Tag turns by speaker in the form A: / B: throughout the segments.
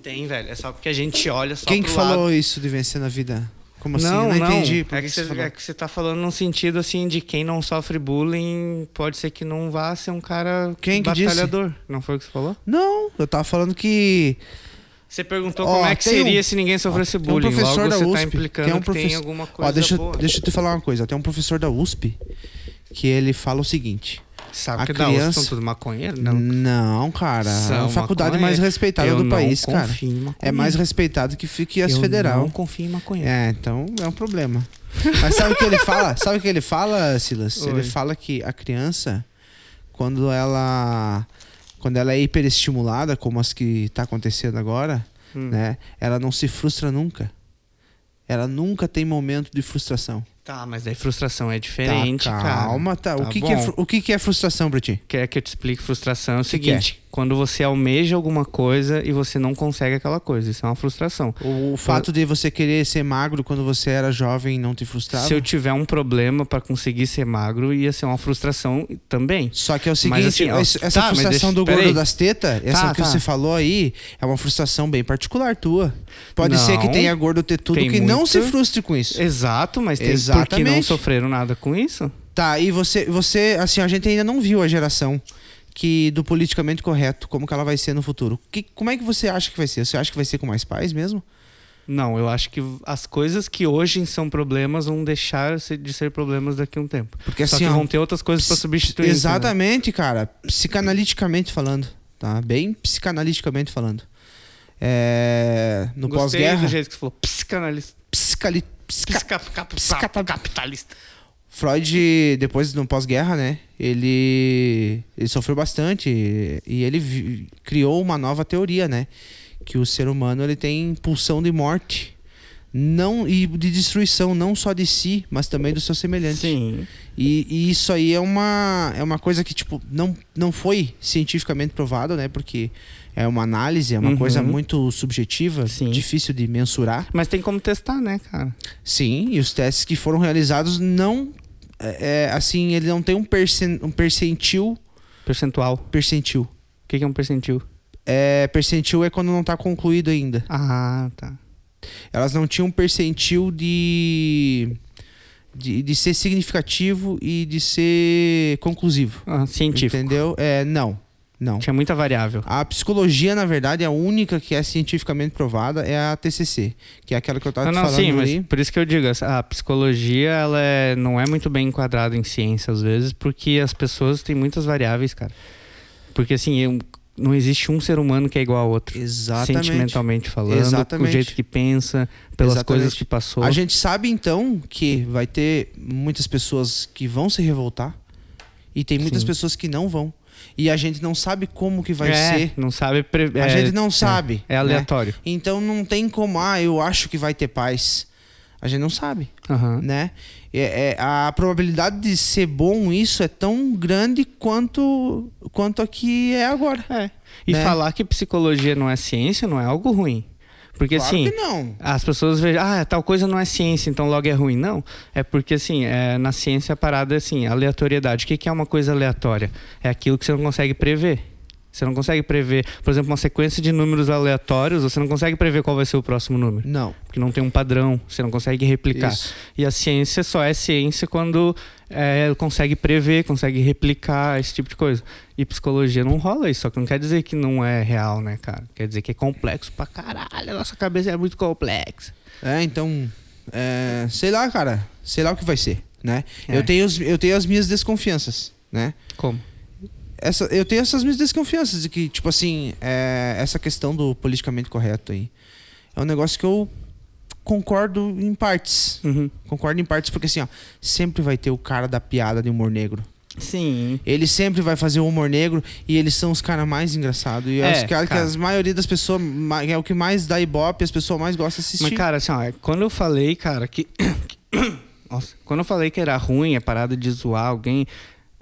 A: tem, velho. É só porque a gente olha só
B: Quem que
A: pro
B: falou
A: lado.
B: isso de vencer na vida? Como assim?
A: Não,
B: eu não,
A: não.
B: entendi. por
A: É que,
B: você
A: você,
B: falou.
A: é que você tá falando num sentido assim de quem não sofre bullying pode ser que não vá ser um cara
B: Quem que disse?
A: batalhador. Não foi o que você falou?
B: Não, eu tava falando que.
A: Você perguntou
B: Ó,
A: como é que
B: tem
A: seria
B: um-
A: se ninguém sofresse
B: tem um
A: bullying.
B: professor
A: Logo
B: da
A: você tá
B: USP,
A: implicando
B: tem um
A: que tem
B: professor-
A: alguma coisa
B: Ó, deixa,
A: boa.
B: deixa eu te falar uma coisa. Tem um professor da USP que ele fala o seguinte.
A: Sabe
B: a
A: que da USP
B: criança-
A: são tudo maconheiro?
B: Não,
A: Não.
B: cara. é a
A: São
B: faculdade mais
A: maconheiro.
B: respeitada
A: Eu
B: tá do
A: não
B: país, cara.
A: confio em maconheiro.
B: É mais respeitado que, fi- que as
A: Eu
B: federal.
A: Não confio em maconheiro.
B: É, então é um problema. Mas sabe o que ele fala? Sabe o que ele fala, Silas? Ele
A: Oi.
B: fala que a criança, quando ela. Quando ela é hiperestimulada, como as que tá acontecendo agora,
A: Hum.
B: né? Ela não se frustra nunca. Ela nunca tem momento de frustração.
A: Tá, mas daí frustração é
B: Tá,
A: diferente, cara.
B: calma, tá.
A: Tá
B: o, que que é,
A: bom.
B: fru- o que que é frustração pra ti?
A: Quer que eu te explique frustração? É o
B: Que que é?
A: seguinte: quando você almeja alguma coisa e você não consegue aquela coisa, isso é uma frustração.
B: O, o fato de você querer ser magro quando você era jovem e não te frustrava?
A: Se eu tiver um problema pra conseguir ser magro, ia ser uma frustração também.
B: Só que é o
A: Mas
B: seguinte,
A: assim, ó,
B: esse-
A: tá,
B: essa
A: mas
B: frustração
A: deixa-
B: do
A: peraí.
B: gordo das tetas, essa
A: Tá,
B: que
A: tá.
B: você falou aí, é uma frustração bem particular tua. Pode
A: Não,
B: ser que tenha gordo ter tudo
A: tem
B: que não
A: muito.
B: se frustre com isso.
A: Exato, mas tem porque não
B: Exatamente.
A: sofreram nada com isso.
B: Tá, e você, você, assim, a gente ainda não viu a geração que do politicamente correto, como que ela vai ser no futuro. Que, como é que você acha que vai ser? Você acha que vai ser com mais pais mesmo?
A: Não, eu acho que as coisas que hoje são problemas vão deixar de ser problemas daqui a um tempo.
B: Porque
A: Só
B: assim,
A: que
B: ó,
A: vão ter outras coisas pra substituir. então, né? entendeu?
B: Exatamente, cara. Psicanaliticamente falando, tá? Bem psicanaliticamente falando. É,
A: Gostei do
B: no pós-guerra,
A: jeito que você falou. Psicanalista.
B: psicali, psica-
A: Psica, cap-
B: Psicata-
A: capitalista.
B: Freud, depois no pós-guerra, né? Ele, ele sofreu bastante e- e ele vi- criou uma nova teoria, né? Que o ser humano ele tem impulsão de morte não e de destruição, não só de si, mas também do seu semelhante.
A: Sim.
B: E, e isso aí é uma, é uma coisa que, tipo, não, não foi cientificamente provado, né? Porque é uma análise, é uma
A: Uhum.
B: coisa muito subjetiva,
A: Sim.
B: difícil de mensurar.
A: Mas tem como testar, né, cara?
B: Sim, e os testes que foram realizados não. É, é, assim, ele não tem um, percen, um percentil.
A: Percentual. O
B: Percentil.
A: que que é um percentil?
B: É, percentil é quando não tá concluído ainda.
A: Ah, tá.
B: Elas não tinham um percentil de. De, de ser significativo e de ser conclusivo.
A: Ah, científico.
B: Entendeu? É, não. Não.
A: Tinha muita variável.
B: A psicologia, na verdade, a única que é cientificamente provada é a TCC, que é aquela que eu tava
A: não,
B: te
A: não,
B: falando
A: sim,
B: ali.
A: mas por isso que eu digo, essa- a psicologia ela é- não é muito bem enquadrada em ciência às vezes, porque as pessoas têm muitas variáveis, cara. Porque assim, eu- não existe um ser humano que é igual ao outro.
B: Exatamente.
A: Sentimentalmente falando, com o
B: Exatamente.
A: jeito que pensa, pelas
B: Exatamente.
A: coisas que passou.
B: A gente sabe então que vai ter muitas pessoas que vão se revoltar e tem muitas
A: Sim.
B: pessoas que não vão. E a gente não sabe como que vai
A: É,
B: ser.
A: Não sabe. pre-
B: A
A: é-
B: gente não
A: é,
B: sabe.
A: É,
B: né?
A: aleatório.
B: Então não tem como, ah, eu acho que vai ter paz. A gente não sabe,
A: Aham.
B: né? É- é, a probabilidade de ser bom isso é tão grande quanto quanto a que é agora.
A: É. E
B: Né?
A: falar que psicologia não é ciência não é algo ruim. Porque
B: claro
A: assim,
B: que não.
A: As pessoas vejam, ah, tal coisa não é ciência, então logo é ruim. Não, é porque assim, é, na ciência a parada é assim, aleatoriedade. O que que é uma coisa aleatória? É aquilo que você não consegue prever. Você não consegue prever, por exemplo, uma sequência de números aleatórios, você não consegue prever qual vai ser o próximo número.
B: Não.
A: Porque não tem um padrão, você não consegue replicar.
B: Isso.
A: E a ciência só é ciência quando é, consegue prever, consegue replicar, esse tipo de coisa. E psicologia não rola isso, só que não quer dizer que não é real, né, cara? Quer dizer que é complexo pra caralho, a nossa cabeça é muito complexa.
B: É, então. é, sei lá, cara. Sei lá o que vai ser, né?
A: É.
B: Eu, tenho os- eu tenho as minhas desconfianças, né?
A: Como?
B: Essa, eu tenho essas minhas desconfianças de que, tipo assim, é, essa questão do politicamente correto aí é um negócio que eu concordo em partes. Concordo em partes porque, assim, ó, sempre vai ter o cara da piada de humor negro.
A: Sim.
B: Ele sempre vai fazer o humor negro e eles são os caras mais engraçados. E eu
A: É,
B: acho que, a- que
A: cara.
B: as maioria das pessoas ma- é o que mais dá ibope, as pessoas mais gostam de assistir.
A: Mas, cara, assim, ó, quando eu falei, cara, que. Nossa, quando eu falei que era ruim a parada de zoar alguém,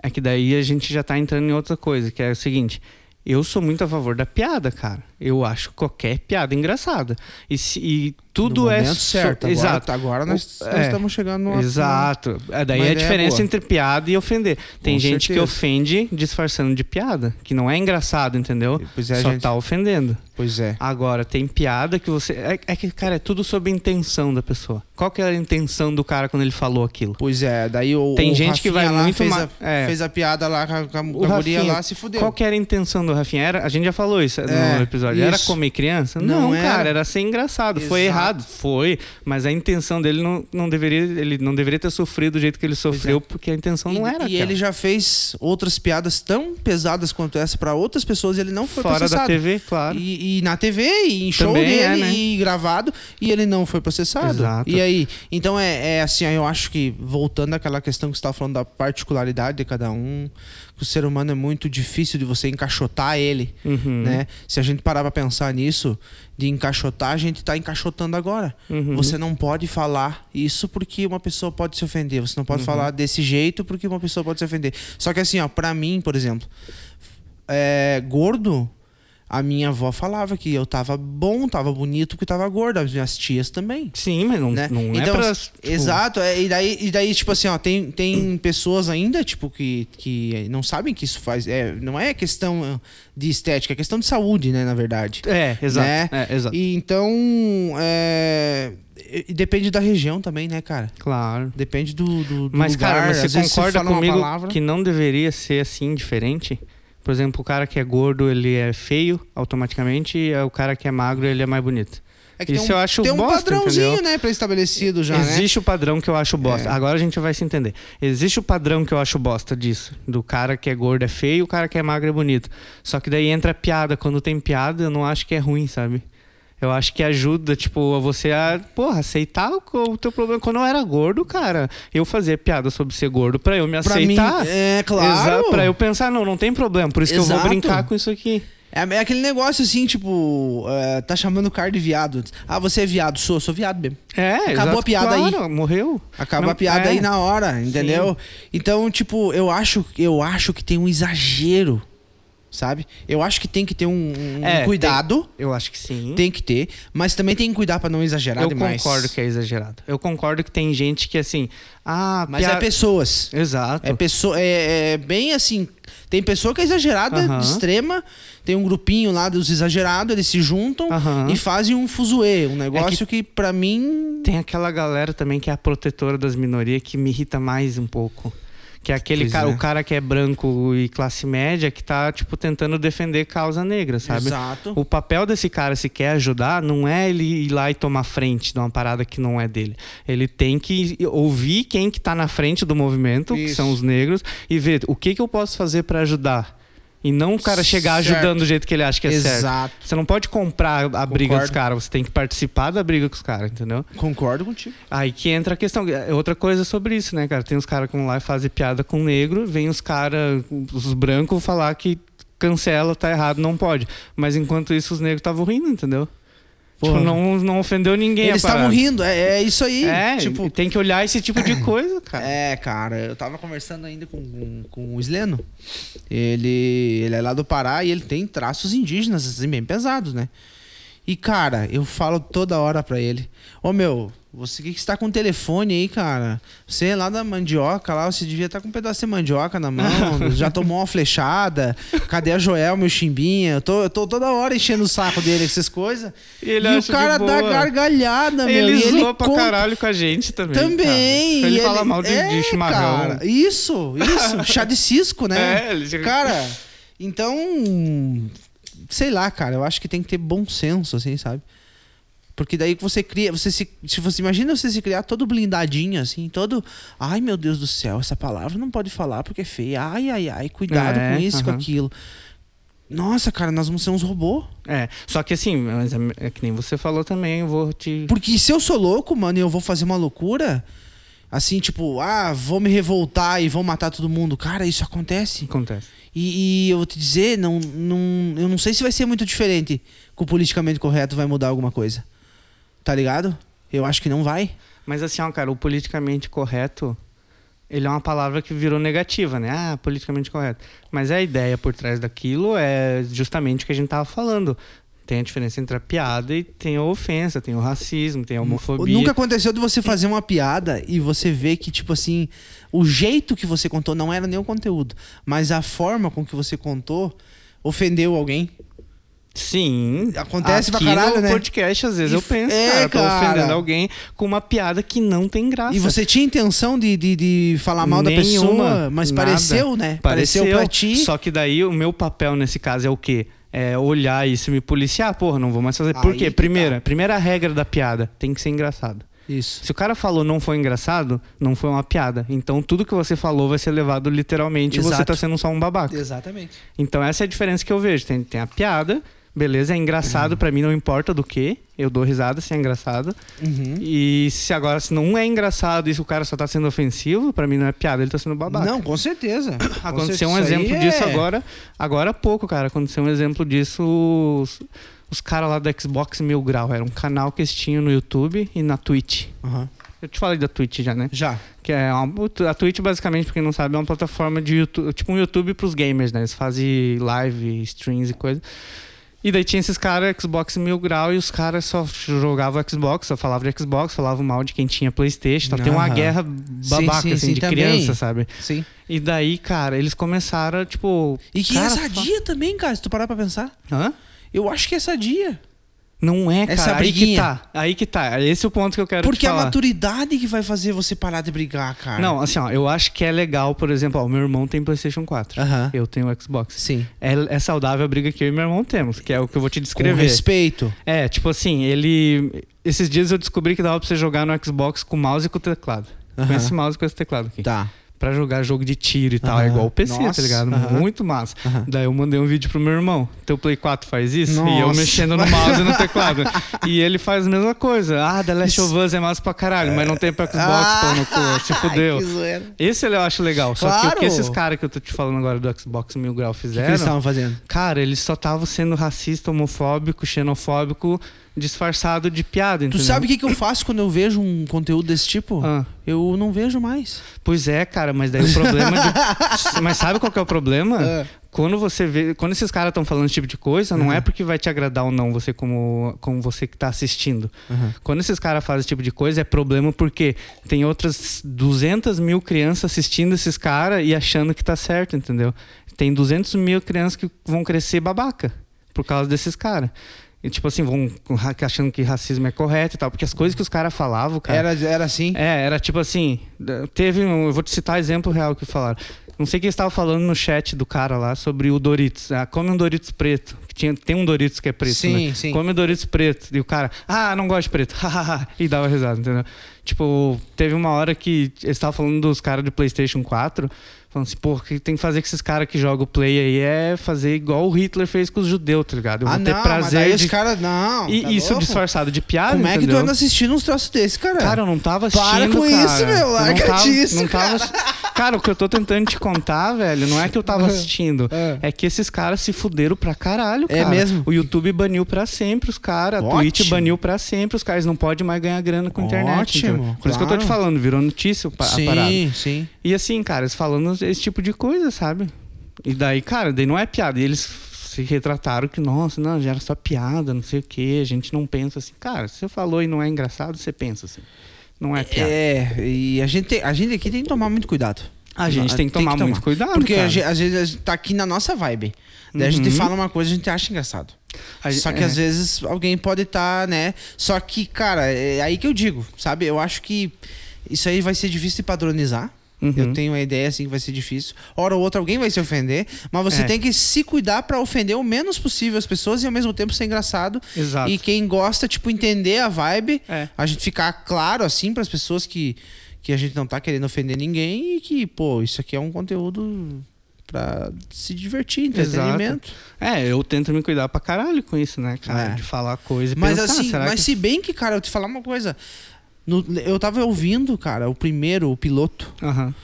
A: é que daí a gente já tá entrando em outra coisa, que é o seguinte. Eu sou muito a favor da piada, cara. Eu acho qualquer piada engraçada. E, se- e Tudo
B: no
A: é
B: momento
A: so-
B: certo. Agora, tá
A: Exato.
B: Agora nós,
A: O-
B: nós
A: é.
B: estamos chegando no
A: Exato. É, daí
B: Uma
A: a
B: ideia
A: diferença
B: boa.
A: entre piada e ofender. Tem
B: Com
A: gente que
B: certeza.
A: ofende disfarçando de piada, que não é engraçado, entendeu?
B: Pois é,
A: Só
B: gente.
A: tá ofendendo.
B: Pois é.
A: Agora, tem piada que você. É, é que, cara, é tudo sobre a intenção da pessoa. Qual que era a intenção do cara quando ele falou aquilo?
B: Pois é, daí o
A: Tem
B: o
A: gente que
B: Rafinha
A: vai
B: lá
A: muito
B: fez,
A: ma-
B: a,
A: é.
B: fez a piada lá com a, com a
A: O
B: guria
A: Rafinha,
B: lá, se fudeu.
A: Qual que é? era a intenção do Rafinha? Era, a gente já falou isso
B: É,
A: no episódio. Era
B: isso.
A: comer criança?
B: Não
A: Não,
B: era.
A: cara, era ser engraçado. Foi
B: Exato.
A: errado? Foi. Mas a intenção dele não, não deveria. Ele não deveria ter sofrido do jeito que ele sofreu, porque a intenção
B: é. E,
A: Então não era.
B: e
A: aquela.
B: ele já fez outras piadas tão pesadas quanto essa pra outras pessoas e ele não foi
A: Fora da
B: processado.
A: TV, claro.
B: E, e na TV, e em show
A: Também
B: dele,
A: é, né?
B: e gravado, e ele não foi processado.
A: Exato.
B: E aí, então é, é assim, aí eu acho que, voltando àquela questão que você estava falando da particularidade de cada um, que o ser humano é muito difícil de você encaixotar ele,
A: Uhum.
B: né? Se a gente parar pra pensar nisso, de encaixotar, a gente tá encaixotando agora.
A: Uhum.
B: Você não pode falar isso porque uma pessoa pode se ofender. Você não
A: Uhum.
B: pode falar desse jeito porque uma pessoa pode se ofender. Só que assim, ó, pra mim, por exemplo, é, gordo, a minha avó falava que eu tava bom, tava bonito, porque tava gordo. As minhas tias também.
A: Sim, mas não,
B: Né?
A: não é
B: então,
A: pra.
B: s-
A: tipo,
B: Exato, é, e, daí, e daí, tipo assim, ó, tem, tem pessoas ainda, tipo, que, que não sabem que isso faz. É, não é questão de estética, é questão de saúde, né, na verdade.
A: É, exato.
B: Né?
A: É, exato.
B: E então. É, e depende da região também, né, cara?
A: Claro.
B: Depende do, do, do
A: Mas,
B: lugar.
A: cara, mas
B: Às
A: você
B: vezes
A: concorda
B: fala uma
A: comigo
B: palavra-
A: que não deveria ser assim, diferente? Por exemplo, o cara que é gordo, ele é feio automaticamente, e é o cara que é magro, ele é mais bonito.
B: É que
A: isso
B: tem um,
A: eu acho
B: tem um
A: bosta,
B: padrãozinho,
A: entendeu?
B: né, pré-estabelecido já, né?
A: Existe o padrão que eu acho bosta.
B: É.
A: Agora a gente vai se entender. Existe o padrão que eu acho bosta disso. Do cara que é gordo é feio, o cara que é magro é bonito. Só que daí entra piada. Quando tem piada, eu não acho que é ruim, sabe? Eu acho que ajuda, tipo, a você a, porra, aceitar o, o teu problema. Quando eu era gordo, cara, eu fazia piada sobre ser gordo pra eu me
B: Pra
A: aceitar.
B: mim, é claro.
A: Exato, pra eu pensar, não, não tem problema. Por isso que eu
B: Exato.
A: vou brincar com isso aqui.
B: É, é aquele negócio assim, tipo, é, tá chamando o cara de viado. Ah, você é viado, sou, sou viado mesmo.
A: É,
B: Acabou
A: exato,
B: a piada aí.
A: claro, Morreu.
B: Acaba
A: Não-
B: a
A: é.
B: piada aí na hora, entendeu? Então, tipo, eu acho, eu acho que tem um exagero, sabe? Eu acho que tem que ter um, um
A: É,
B: cuidado,
A: Eu acho que sim.
B: tem... que ter, mas também tem que cuidar pra não exagerar
A: Eu
B: demais.
A: concordo que é exagerado. Eu concordo que tem gente que assim, ah,
B: Mas é
A: piada-
B: pessoas.
A: Exato.
B: É, pessoa, é, é bem assim. Tem pessoa que é exagerada,
A: Aham.
B: extrema. Tem um grupinho lá dos exagerados, eles se juntam
A: Aham. É
B: e fazem um fuzuê. Um negócio que, pra mim.
A: Tem aquela galera também que é a protetora das minorias que me irrita mais um pouco. Que é aquele
B: Pois
A: cara,
B: é.
A: o cara que é branco e classe média que tá, tipo, tentando defender causa negra, sabe?
B: Exato.
A: O papel desse cara, se quer ajudar, não é ele ir lá e tomar frente de uma parada que não é dele. Ele tem que ouvir quem que tá na frente do movimento, que
B: Isso.
A: são os negros, e ver o que que eu posso fazer pra ajudar. E não o cara chegar
B: Certo.
A: ajudando do jeito que ele acha que é certo.
B: Exato.
A: Você não pode comprar a briga
B: Concordo.
A: dos caras, você tem que participar da briga com os caras, entendeu?
B: Concordo contigo.
A: Aí que entra a questão. É Outra coisa sobre isso, né, cara? Tem os caras que vão lá e fazem piada com o negro, vem os caras, os brancos, falar que cancela, tá errado, não pode. Mas enquanto isso, os negros estavam rindo, entendeu?
B: Porra.
A: Tipo, não, não ofendeu ninguém.
B: Eles
A: a parada.
B: estavam rindo, é, é isso aí.
A: É,
B: tipo,
A: tem que olhar esse tipo de coisa, cara.
B: É, cara, eu tava conversando ainda com, com, com o Sleno. Ele, ele é lá do Pará e ele tem traços indígenas, assim, bem pesados, né? E, cara, eu falo toda hora pra ele: Ô meu, você que que está com o telefone aí, cara? Você é lá da mandioca, lá você devia estar com um pedaço de mandioca na mão, já tomou uma flechada. Cadê a Joel, meu chimbinha? Eu tô, eu tô toda hora enchendo o saco dele, essas coisas.
A: E ele
B: e o
A: acha de
B: cara dá
A: boa.
B: gargalhada, meu.
A: ele
B: e ele
A: zoa pra
B: conta-
A: caralho com a gente também.
B: também.
A: cara.
B: e
A: Ele, fala mal de, de
B: É,
A: chimarrão.
B: cara, isso, isso. Chá de cisco, né?
A: É, ele chega-
B: Cara, então. Sei lá, cara. Eu acho que tem que ter bom senso, assim, sabe? Porque daí que você cria. Você se, se você, imagina você se criar todo blindadinho, assim, todo. Ai, meu Deus do céu, essa palavra não pode falar porque é feia. Ai, ai, ai, cuidado
A: É,
B: com isso, com
A: aham.
B: aquilo. Nossa, cara, nós vamos ser uns robôs.
A: É, só que assim, mas é, é que nem você falou também, eu vou te.
B: Porque se eu sou louco, mano, e eu vou fazer uma loucura, assim, tipo, ah, vou me revoltar e vou matar todo mundo. Cara, isso acontece.
A: Acontece.
B: E, e eu vou te dizer, não, não, eu não sei se vai ser muito diferente com o politicamente correto vai mudar alguma coisa. Tá ligado? Eu acho que não vai.
A: Mas assim, ó, cara, o politicamente correto, ele é uma palavra que virou negativa, né? Ah, politicamente correto. Mas a ideia por trás daquilo é justamente o que a gente tava falando. Tem a diferença entre a piada e tem a ofensa, tem o racismo, tem a homofobia.
B: Nunca aconteceu de você fazer uma piada e você ver que, tipo assim, o jeito que você contou não era nem o conteúdo, mas a forma com que você contou ofendeu alguém.
A: Sim.
B: Acontece pra
A: aqui
B: caralho,
A: no
B: né?
A: podcast, às vezes
B: E
A: eu penso,
B: é,
A: cara, eu tô
B: cara.
A: ofendendo alguém com uma piada que não tem graça.
B: E você tinha intenção de, de, de falar mal da
A: Nenhuma,
B: pessoa, mas
A: nada.
B: pareceu, né? Pareceu, pra ti.
A: Só que daí o meu papel nesse caso é o quê? É olhar isso e me policiar, porra, não vou mais fazer. Por
B: Aí
A: quê?
B: que tá.
A: Primeira, primeira regra da piada, tem que ser engraçado.
B: Isso.
A: Se o cara falou não foi engraçado, não foi uma piada. Então tudo que você falou vai ser levado literalmente e você
B: Exato.
A: tá sendo só um babaca.
B: Exatamente.
A: Então essa é a diferença que eu vejo. Tem, tem a piada, beleza, é engraçado pra mim, não importa do que. Eu dou risada se é engraçado.
B: Uhum.
A: E se agora se não é engraçado e se o cara só tá sendo ofensivo, pra mim não é piada, ele tá sendo babaca.
B: Não, com certeza. Com
A: Aconteceu um
B: certeza.
A: exemplo
B: Isso aí
A: disso
B: é-
A: agora, agora há pouco, cara. Aconteceu um exemplo disso. Os, os caras lá do Xbox Mil Grau. Era um canal que eles tinham no YouTube e na Twitch.
B: Aham.
A: Eu te falei da Twitch já, né?
B: Já.
A: Que é uma, a Twitch, basicamente, pra quem não sabe, é uma plataforma de YouTube, tipo um YouTube pros gamers, né? Eles fazem live, streams e coisa. E daí tinha esses caras, Xbox mil grau, e os caras só jogavam Xbox, só falavam de Xbox, falavam mal de quem tinha Playstation. Tá? Tem uma
B: Aham.
A: guerra babaca,
B: sim,
A: assim,
B: sim,
A: de
B: também.
A: criança, sabe?
B: Sim.
A: E daí, cara, eles começaram, tipo...
B: E que
A: cara,
B: é sadia também, cara, se tu parar pra pensar.
A: fa- Hã?
B: Eu acho que é sadia.
A: Não é, cara.
B: Essa
A: aí que
B: briguinha.
A: tá. Aí que tá. Esse é o ponto que eu quero te
B: Porque é a
A: falar.
B: maturidade que vai fazer você parar de brigar, cara.
A: Não, assim, ó, eu acho que é legal, por exemplo, ó, o meu irmão tem Playstation 4.
B: Aham.
A: Eu tenho Xbox.
B: Sim.
A: É, é saudável a briga que eu e meu irmão temos, que é o que eu vou te
B: Com
A: descrever.
B: respeito.
A: É, tipo assim, ele. Esses dias eu descobri que dava pra você jogar no Xbox com mouse e com teclado.
B: Aham.
A: Com esse mouse e com esse teclado aqui.
B: Tá.
A: Pra jogar jogo de tiro e tal. É
B: Aham.
A: igual o PC, tá
B: Nossa,
A: ligado?
B: aham.
A: Muito massa.
B: Aham.
A: Daí eu mandei um vídeo pro meu irmão. Teu Play 4 faz isso? E eu
B: Nossa.
A: mexendo no mouse e no teclado. e ele faz a mesma coisa. Ah, The Last of Us é massa pra caralho, mas não tem pra Xbox, pô, no cu. Se fudeu.
B: Ai, Ah, que zoeira.
A: Esse eu acho legal. Só que o
B: Claro.
A: que esses caras que eu tô te falando agora do Xbox Mil Grau
B: O que, que eles
A: fizeram.
B: estavam fazendo?
A: Cara, eles só estavam sendo racista, homofóbico, xenofóbico, disfarçado de piada,
B: Tu
A: entendeu?
B: sabe o que, que eu faço quando eu vejo um conteúdo desse tipo?
A: Ah,
B: Eu não vejo mais.
A: pois é, cara, mas daí o problema de... Mas sabe qual que é o problema?
B: Ah.
A: Quando você vê. Quando esses caras estão falando esse tipo de coisa, não é porque vai te agradar ou não, você como, como você que tá assistindo.
B: Aham.
A: Quando esses caras fazem esse tipo de coisa, é problema porque tem outras 200 mil crianças assistindo esses caras e achando que tá certo, entendeu? Tem 200 mil crianças que vão crescer babaca por causa desses caras. E, tipo assim, vão ra- achando que racismo é correto e tal. Porque as coisas que os caras falavam, cara.
B: Era, era assim?
A: É, era tipo assim. Teve um. Eu vou te citar exemplo real que falaram. Não sei quem estava falando no chat do cara lá sobre o Doritos. Ah, come um Doritos preto. Que tinha, tem um Doritos que é preto.
B: Sim,
A: né?
B: sim.
A: Come o Doritos preto. E o cara, ah, não gosto de preto. hahaha", e dava risada, entendeu? Tipo, teve uma hora que eles estavam falando dos caras do PlayStation 4. Falando assim, pô, o que tem que fazer com esses caras que jogam o play aí é fazer igual o Hitler fez com os judeus, tá ligado? Eu vou
B: ah,
A: ter
B: não, mas
A: prazer.
B: daí
A: de...
B: os caras. Não.
A: E
B: tá
A: isso
B: louco?
A: disfarçado de piada,
B: Como é que tu
A: entendeu?
B: anda assistindo uns troços desse, cara?
A: Cara, eu não tava assistindo,
B: Para com
A: cara.
B: isso, meu,
A: Eu não
B: larga
A: tava-
B: disso,
A: não tava- Cara, o que eu tô tentando te contar, velho, não é que eu tava assistindo.
B: É.
A: É que esses caras se fuderam pra caralho,
B: É
A: cara.
B: mesmo?
A: O YouTube baniu pra sempre os caras. A Twitch
B: Ótimo.
A: baniu pra sempre os caras. Eles não podem mais ganhar grana com a internet.
B: Ótimo,
A: entendeu? Por isso que eu tô
B: claro.
A: te falando. Virou notícia o pa- a parada.
B: sim, sim.
A: E assim, cara, eles falando esse tipo de coisa, sabe? E daí, cara, daí não é piada. E eles se retrataram que, nossa, não, já era só piada, não sei o quê. A gente não pensa assim. Cara, se você falou e não é engraçado, você pensa assim. Não é piada.
B: É, e a gente, tem- a gente aqui tem que tomar muito cuidado. Ah,
A: a gente tem que tomar muito cuidado,
B: Porque
A: cara.
B: a gente, às vezes a gente tá aqui na nossa vibe. Daí a gente
A: Uhum.
B: fala uma coisa e a gente acha engraçado.
A: A gente-
B: Só que
A: é.
B: às vezes alguém pode estar, né? Só que, cara, é aí que eu digo, sabe? Eu acho que isso aí vai ser difícil de padronizar.
A: Uhum.
B: Eu tenho uma ideia assim que vai ser difícil. Hora ou outra alguém vai se ofender, mas você
A: É.
B: tem que se cuidar pra ofender o menos possível as pessoas e ao mesmo tempo ser engraçado.
A: Exato.
B: E quem gosta, tipo, entender a vibe,
A: É.
B: a gente ficar claro assim pras pessoas que que a gente não tá querendo ofender ninguém e que, pô, isso aqui é um conteúdo pra se divertir, entretenimento.
A: É, eu tento me cuidar pra caralho com isso, né, cara?
B: É.
A: De falar coisa e
B: Mas
A: pensar,
B: assim,
A: será
B: mas
A: que...
B: se bem que, cara, eu te falar uma coisa. No- eu tava ouvindo, cara, o primeiro, o piloto,
A: Aham,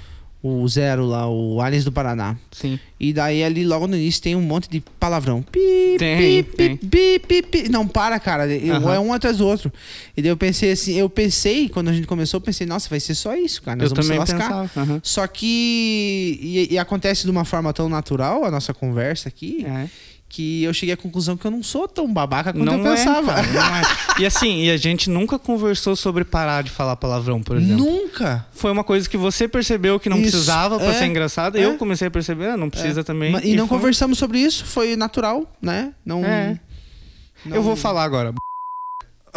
B: o zero lá, o Aliens do Paraná.
A: sim.
B: E daí ali logo no início tem um monte de palavrão. Pi,
A: Tem,
B: pi,
A: tem.
B: pi, pi, pi, pi. Não para, cara. Eu-
A: Aham.
B: É um atrás do outro. E daí eu pensei assim, eu pensei, quando a gente começou, eu pensei, nossa, vai ser só isso, cara. Nós
A: eu
B: vamos se
A: também
B: lascar.
A: pensava. aham.
B: Só que. E, e acontece de uma forma tão natural a nossa conversa aqui
A: É.
B: que eu cheguei à conclusão que eu não sou tão babaca quanto
A: não
B: eu
A: é,
B: pensava.
A: cara, não é. E assim, e a gente nunca conversou sobre parar de falar palavrão, por exemplo.
B: Nunca.
A: Foi uma coisa que você percebeu que não
B: Isso,
A: precisava pra
B: é,
A: ser engraçado.
B: é.
A: Eu comecei a perceber, ah, não precisa também.
B: Ma- E, não
A: foi. um
B: conversamos sobre isso, foi natural, né? Não.
A: É.
B: não-
A: Eu vou falar agora.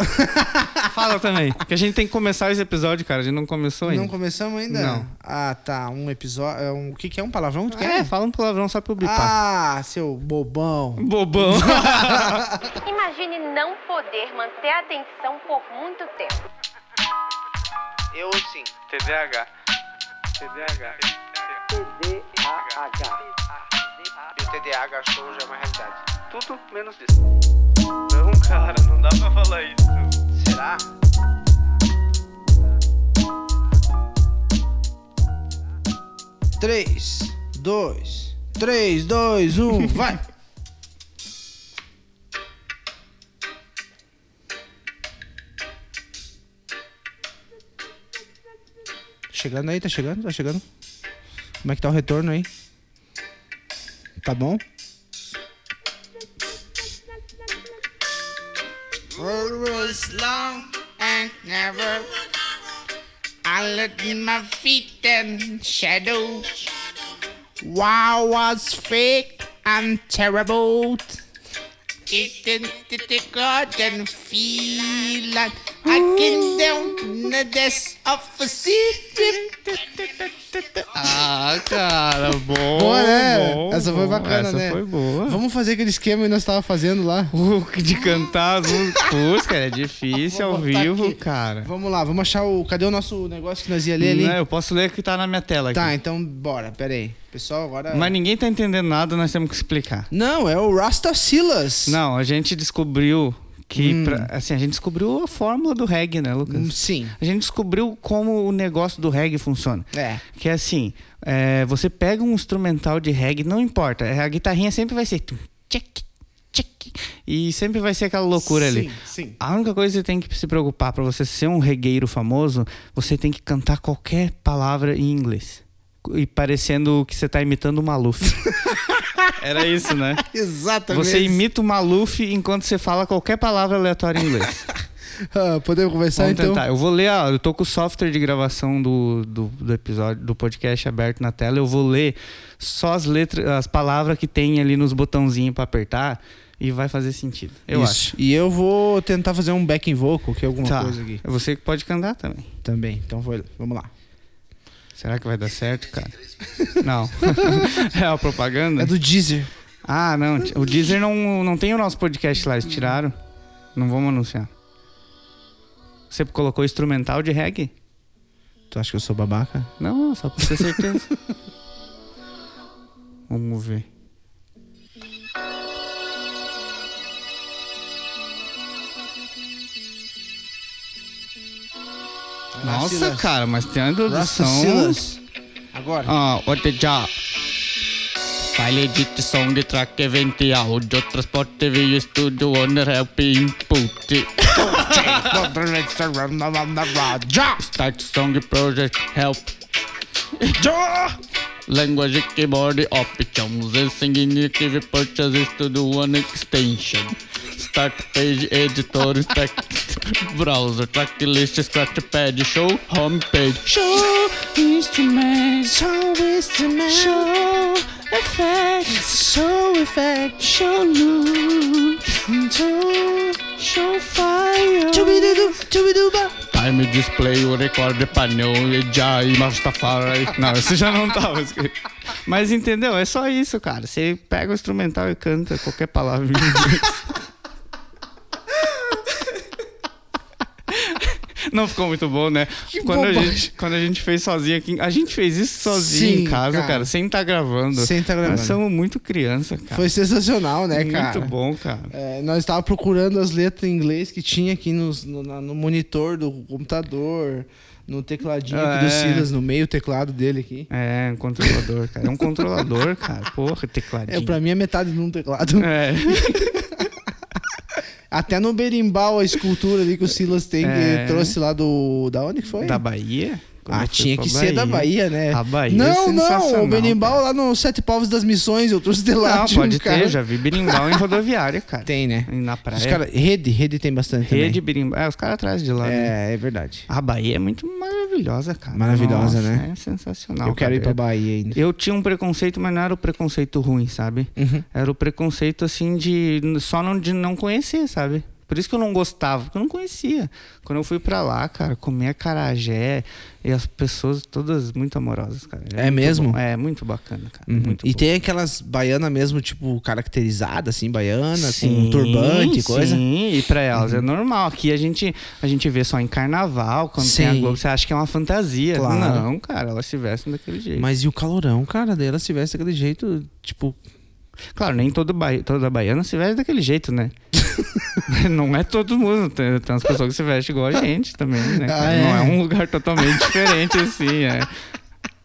A: Fala também. Que a gente tem que começar esse episódio, cara. A gente não começou ainda.
B: Não começamos ainda?
A: Não.
B: Ah, tá. Um episódio. é um- O que, que é um palavrão? que tu
A: É,
B: quer?
A: fala um palavrão só pro bipar.
B: Ah, seu bobão.
A: Bobão.
C: Imagine não poder manter a atenção por muito tempo.
D: Eu sim. TDAH. TDAH. TDAH. E o TDAH show já é uma realidade. Tudo menos isso. Não, cara, não dá pra falar isso. Será?
B: Três, dois, três, dois, um, vai! Chegando aí, tá chegando? Tá chegando? Como é que tá o retorno aí? Tá bom?
E: Road was long and narrow. I looked in my feet and shadows. Wow was fake and terrible. It didn't did the garden feel like I came down the desk of a secret.
A: ah, cara, bom.
B: Boa, né? Essa foi bacana,
A: Essa
B: né?
A: foi boa.
B: Vamos fazer aquele esquema que nós tava fazendo lá?
A: Hulk de cantar as músicas. Putz, cara, é difícil
B: Vou
A: ao
B: botar
A: vivo,
B: aqui.
A: cara.
B: Vamos lá, vamos achar o. Cadê o nosso negócio que nós ia ler ali?
A: É. Não, eu posso ler o que tá na minha tela aqui.
B: Tá, então bora, pera aí. Pessoal, agora.
A: Mas ninguém tá entendendo nada, nós temos que explicar.
B: Não, é o Rasta Silas.
A: Não, a gente descobriu que. pra- assim, a gente descobriu a fórmula do reggae, né, Lucas?
B: Hum, Sim.
A: A gente descobriu como o negócio do reggae funciona.
B: É.
A: Que é assim, é, você pega um instrumental de reggae, não importa, a guitarrinha sempre vai ser... tum, tchac, tchac, e sempre vai ser aquela loucura
B: Sim,
A: ali.
B: sim.
A: A única coisa que você tem que se preocupar pra você ser um regueiro famoso, você tem que cantar qualquer palavra em inglês. E parecendo que você tá imitando o Maluf. Era isso, né?
B: Exatamente.
A: Você imita o Maluf enquanto você fala qualquer palavra aleatória em inglês.
B: Ah, podemos conversar
A: Vamos
B: então?
A: tentar. Eu vou ler, ó, eu tô com o software de gravação do, do, do episódio, do podcast aberto na tela. Eu vou ler só as letras, as palavras que tem ali nos botãozinhos pra apertar e vai fazer sentido. Eu
B: Isso. E eu vou tentar fazer um back in vocal, que é alguma
A: acho. Tá.
B: coisa aqui
A: É você que pode cantar também.
B: também. Então vou- vamos lá.
A: Será que vai dar certo, cara? Não. é a propaganda?
B: É do Deezer.
A: Ah, não. O Deezer não, não tem o nosso podcast lá, eles tiraram. Não vamos anunciar. Você colocou instrumental de reggae?
B: Tu acha que eu sou babaca?
A: Não, só pra ter certeza. Vamos ver. Nossa,
B: Silas.
A: cara, mas tem uma
B: Rasta
A: introdução.
B: Silas. Agora.
A: Ah, olha já. File edição de track 20 áudio, transporte via estúdio, owner help input. Start song project help. Language keyboard options, singing active purchases to do one extension. Start page editor, text browser, track list, scratch pad, show home page. Show instruments, show instruments, show effects, show effects, show loops, show, show fire. Time display, o recorde panel, já e
B: tá
A: Rastafari. Não, isso já não tava escrito. Mas entendeu? É só isso, cara. Você pega o instrumental e canta qualquer palavra. em inglês. Não ficou muito bom, né? Quando a,
B: bobagem.
A: gente, quando a gente fez sozinho aqui. A gente fez isso sozinho
B: Sim,
A: em casa,
B: cara.
A: cara, sem estar gravando.
B: Sem tá gravando.
A: Nós somos muito criança, cara.
B: Foi sensacional, né, cara?
A: Muito bom, cara.
B: É, nós estávamos procurando as letras em inglês que tinha aqui nos- no, na- no monitor do computador, no tecladinho aqui do
A: É.
B: Silas, no meio teclado dele aqui.
A: É, um controlador, cara. É um controlador, cara. Porra, tecladinho.
B: É, pra mim é metade de um teclado.
A: É.
B: Até no berimbau a escultura ali que o Silas tem,
A: É.
B: que trouxe lá do... Da onde que foi?
A: Da Bahia? Quando
B: Ah,
A: eu fui
B: tinha
A: pra
B: que ser da Bahia, né?
A: A Bahia é
B: Não, não,
A: sensacional,
B: o Benimbau lá no Sete Povos das Missões, eu trouxe de lá.
A: Não,
B: de um
A: pode
B: cara.
A: ter, já vi berimbau em rodoviária, cara.
B: Tem, né?
A: Na
B: Os
A: praia.
B: cara, rede, rede tem bastante
A: Rede
B: também.
A: berimbau. É, os caras atrás de lá. né?
B: É, é verdade.
A: A Bahia é muito maravilhosa, cara.
B: Maravilhosa,
A: Nossa,
B: né?
A: É sensacional.
B: eu quero
A: cara. é
B: ir pra Bahia ainda.
A: Eu tinha um preconceito, mas não era o preconceito ruim, sabe?
B: Uhum.
A: Era o preconceito, assim, de só não, de não conhecer, sabe? Por isso que eu não gostava, porque eu não conhecia. Quando eu fui pra lá, cara, comer carajé e as pessoas todas muito amorosas, cara.
B: É
A: muito
B: mesmo?
A: bom. É, muito bacana, cara.
B: Uhum.
A: Muito
B: e
A: bom.
B: tem aquelas baianas mesmo, tipo, caracterizadas, assim, baiana, com
A: Sim,
B: turbante e coisa. Uhum.
A: Sim, e pra elas é normal. Aqui a gente, a gente vê só em carnaval, quando tem
B: Sim.
A: a Globo, você acha que é uma fantasia.
B: Claro.
A: Não, cara, elas se vestem daquele jeito.
B: Mas e o calorão, cara? Daí ela se veste daquele jeito, tipo.
A: Claro, nem todo ba... toda baiana se veste daquele jeito, né? não é todo mundo. Tem, tem umas pessoas que se vestem igual a gente também, né? cara?
B: Ah, é?
A: Não é um lugar totalmente diferente, assim, é.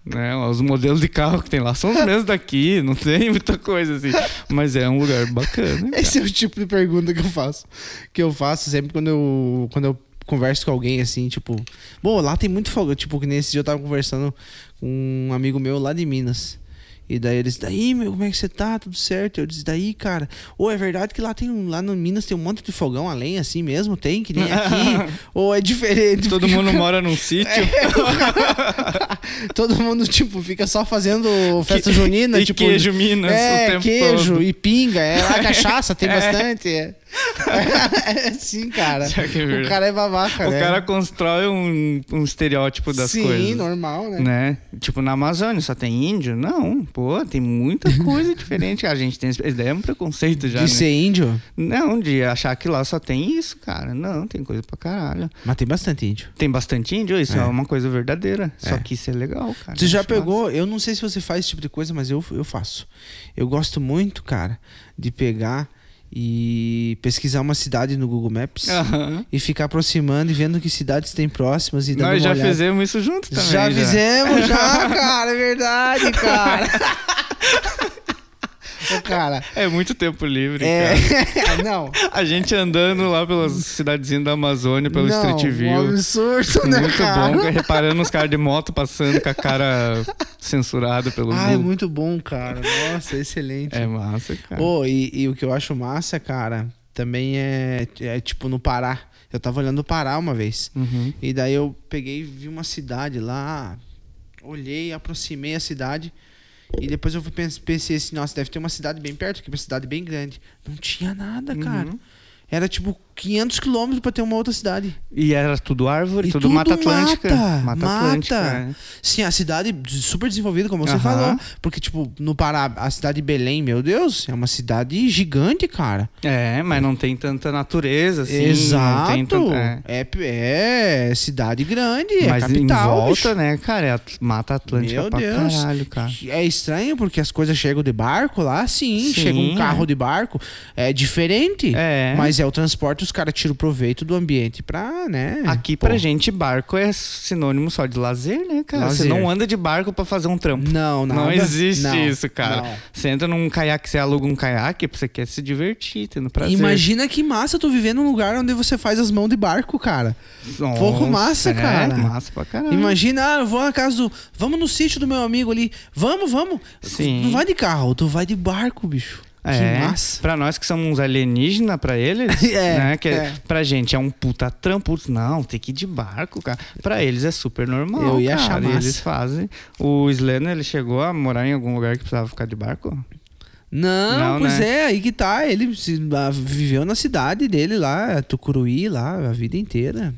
A: Né? Os modelos de carro que tem lá são os mesmos daqui, não tem muita coisa assim. Mas é um lugar bacana. cara.
B: Esse é o tipo de pergunta que eu faço. Que eu faço sempre quando eu, quando eu converso com alguém, assim, tipo. Bom, lá tem muito folga. Tipo, que nem esse dia eu tava conversando com um amigo meu lá de Minas. E daí eles, daí, meu, como é que você tá? Tudo certo? Eu disse, daí, cara, ou é verdade que lá tem um, lá no Minas tem um monte de fogão além, assim mesmo? Tem, que nem aqui? ou é diferente?
A: Todo mundo mora num sítio.
B: Todo mundo, tipo, fica só fazendo festa junina.
A: e
B: tipo,
A: queijo Minas
B: é,
A: né, o tempo
B: queijo
A: todo.
B: e pinga. É lá cachaça, tem bastante. É, é assim, cara.
A: Será que é
B: o
A: verdade?
B: cara é babaca,
A: O
B: né?
A: cara constrói um, um estereótipo das
B: Sim,
A: coisas.
B: normal, né?
A: né? Tipo, na Amazônia só tem índio? Não, pô, tem muita coisa diferente. cara. A gente tem. Isso daí é um preconceito já.
B: De
A: né?
B: ser índio?
A: Não, de achar que lá só tem isso, cara. Não, tem coisa pra caralho.
B: Mas tem bastante índio.
A: Tem bastante índio, isso é,
B: É.
A: uma coisa verdadeira. Só
B: É.
A: que isso é legal, cara.
B: Você já
A: Acho massa.
B: pegou? Eu não sei se você faz esse tipo de coisa, mas eu, eu faço. Eu gosto muito, cara, de pegar e pesquisar uma cidade no Google Maps.
A: Aham.
B: E ficar aproximando e vendo que cidades tem próximas e dando
A: Nós
B: uma
A: já
B: olhada.
A: fizemos isso junto também.
B: Já fizemos, já, cara, é verdade, cara. Ô, cara,
A: É muito tempo livre,
B: é.
A: cara.
B: Não.
A: A gente andando lá pelas cidadezinhas da Amazônia, pelo
B: não,
A: Street View.
B: Um absurdo, né,
A: Muito
B: cara?
A: bom, reparando os caras de moto passando com a cara censurada pelo
B: Ah, é
A: Google.
B: muito bom, cara. Nossa, excelente.
A: É massa, cara.
B: Ô, e, e o que eu acho massa, cara, também é, é tipo no Pará. Eu tava olhando o Pará uma vez.
A: Uhum.
B: E daí eu peguei e vi uma cidade lá, olhei, aproximei a cidade. E depois eu fui pens- pensei assim, nossa, deve ter uma cidade bem perto, que é uma cidade bem grande. Não tinha nada,
A: Uhum.
B: cara. Era tipo 500 quilômetros pra ter uma outra cidade.
A: E era tudo árvore,
B: E
A: tudo, mata atlântica.
B: Mata,
A: atlântica.
B: mata.
A: é.
B: Sim, a cidade super desenvolvida, como você
A: Aham.
B: falou. Porque, tipo, no Pará, a cidade de Belém, meu Deus, é uma cidade gigante, cara.
A: É, mas não tem tanta natureza, assim. Não tem
B: Exato.
A: tanta- é.
B: É. É, cidade grande,
A: Mas
B: é capital.
A: em volta,
B: bicho.
A: né, cara? É at- Mata Atlântica
B: Meu
A: pra
B: Deus.
A: caralho, cara.
B: É estranho porque as coisas chegam de barco lá, sim,
A: Sim,
B: chega um
A: é.
B: carro de barco, é diferente,
A: É.
B: mas é o transporte, os caras tiram proveito do ambiente pra, né?
A: Aqui
B: pô.
A: pra gente, barco é sinônimo só de lazer, né, cara? Você
B: Lazer.
A: não anda de barco pra fazer um trampo.
B: Não, nada.
A: Não existe
B: Não,
A: isso, cara.
B: não.
A: Você entra num caiaque, você aluga um caiaque, você quer se divertir, tendo prazer.
B: Imagina que massa tu viver num um lugar onde você faz as mãos de barco, cara. pouco massa,
A: é,
B: cara.
A: Massa pra caralho.
B: Imagina, ah, eu vou na casa do. Vamos no sítio do meu amigo ali. Vamos, vamos.
A: Sim.
B: Tu Não vai de carro, tu vai de barco, bicho.
A: É,
B: Que massa.
A: pra nós que somos alienígena, pra eles,
B: É,
A: né? Que
B: é.
A: Pra gente é um puta trampo. Putz, Não, tem que ir de barco, cara. Pra eles é super normal,
B: Eu ia
A: cara.
B: achar
A: E
B: massa.
A: Eles fazem. O Slender, ele chegou a morar em algum lugar que precisava ficar de barco?
B: Não,
A: Não,
B: pois
A: né?
B: é, aí que tá. Ele se- ah, viveu na cidade dele lá, Tucuruí, lá, a vida inteira.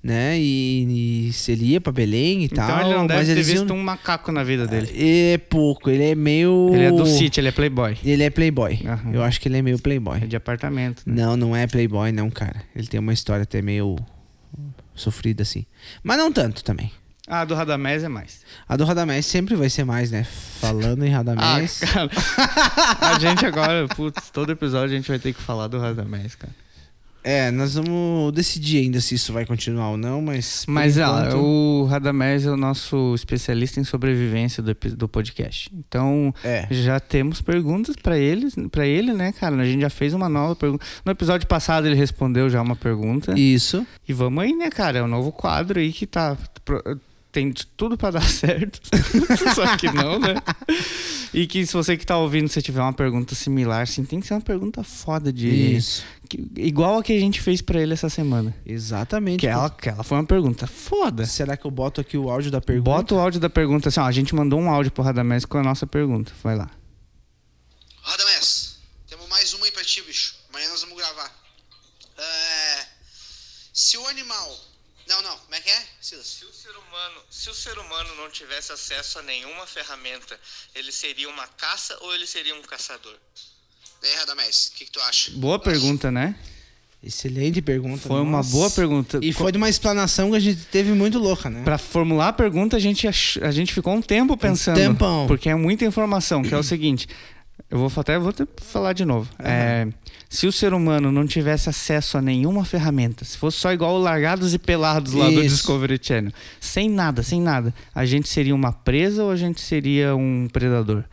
B: Né? E, e se ele ia pra Belém e tal.
A: então ele não deve
B: Tá, mas
A: ter
B: eles
A: visto
B: iam-
A: um macaco na vida dele.
B: É pouco, ele é meio.
A: Ele é do sítio, ele é playboy.
B: Ele é playboy.
A: Aham.
B: Eu acho que ele é meio
A: É
B: playboy.
A: de apartamento, né?
B: Não, não é playboy, não, cara. Ele tem uma história até meio sofrida, assim. Mas não tanto também.
A: Ah, do Radamés é mais.
B: A do Radamés sempre vai ser mais, né? Falando em
A: Ah,
B: Radamés.
A: cara. a gente agora, putz, todo episódio a gente vai ter que falar do Radamés, cara.
B: É, nós vamos decidir ainda se isso vai continuar ou não, mas. por
A: Mas
B: enquanto-
A: ah, o Radamés é o nosso especialista em sobrevivência do, epi- do podcast. Então,
B: É.
A: já temos perguntas pra ele, para ele, né, cara? A gente já fez uma nova pergunta. No episódio passado ele respondeu já uma pergunta. E,
B: Isso.
A: vamos aí, né, cara? É um novo quadro aí que tá pro- tem de tudo pra dar certo. Só que não, né? E que se você que tá ouvindo, se tiver uma pergunta similar, assim, tem que ser uma pergunta foda de
B: Isso.
A: que- igual a que a gente fez pra ele ela semana.
B: Exatamente.
A: Que
B: pô.
A: ela, que ela foi uma pergunta foda.
B: Será que eu boto aqui o áudio da pergunta?
A: Bota o áudio da pergunta assim, ó. A gente mandou um áudio pro Radamés com a nossa pergunta. Vai lá.
F: Radamés, temos mais uma aí pra ti, bicho. Amanhã nós vamos gravar. É, Se o animal. Não, não, como é que é, Silas?
D: Se o, ser humano, se o ser humano não tivesse acesso a nenhuma ferramenta, ele seria uma caça ou ele seria um caçador?
F: E aí, Radamés, o que, que tu acha?
A: Boa pergunta, né?
B: Excelente pergunta.
A: Foi uma
B: nossa.
A: boa pergunta.
B: E foi de uma explanação que a gente teve muito louca, né?
A: Pra formular a pergunta, a gente, ach- a gente ficou um tempo pensando.
B: tempão.
A: Porque é muita informação, que é o seguinte. Eu vou fa- até vou até falar de novo. É, se o ser humano não tivesse acesso a nenhuma ferramenta, se fosse só igual o Largados e Pelados lá do
B: Isso.
A: Discovery Channel, sem nada, sem nada, a gente seria uma presa ou a gente seria um predador?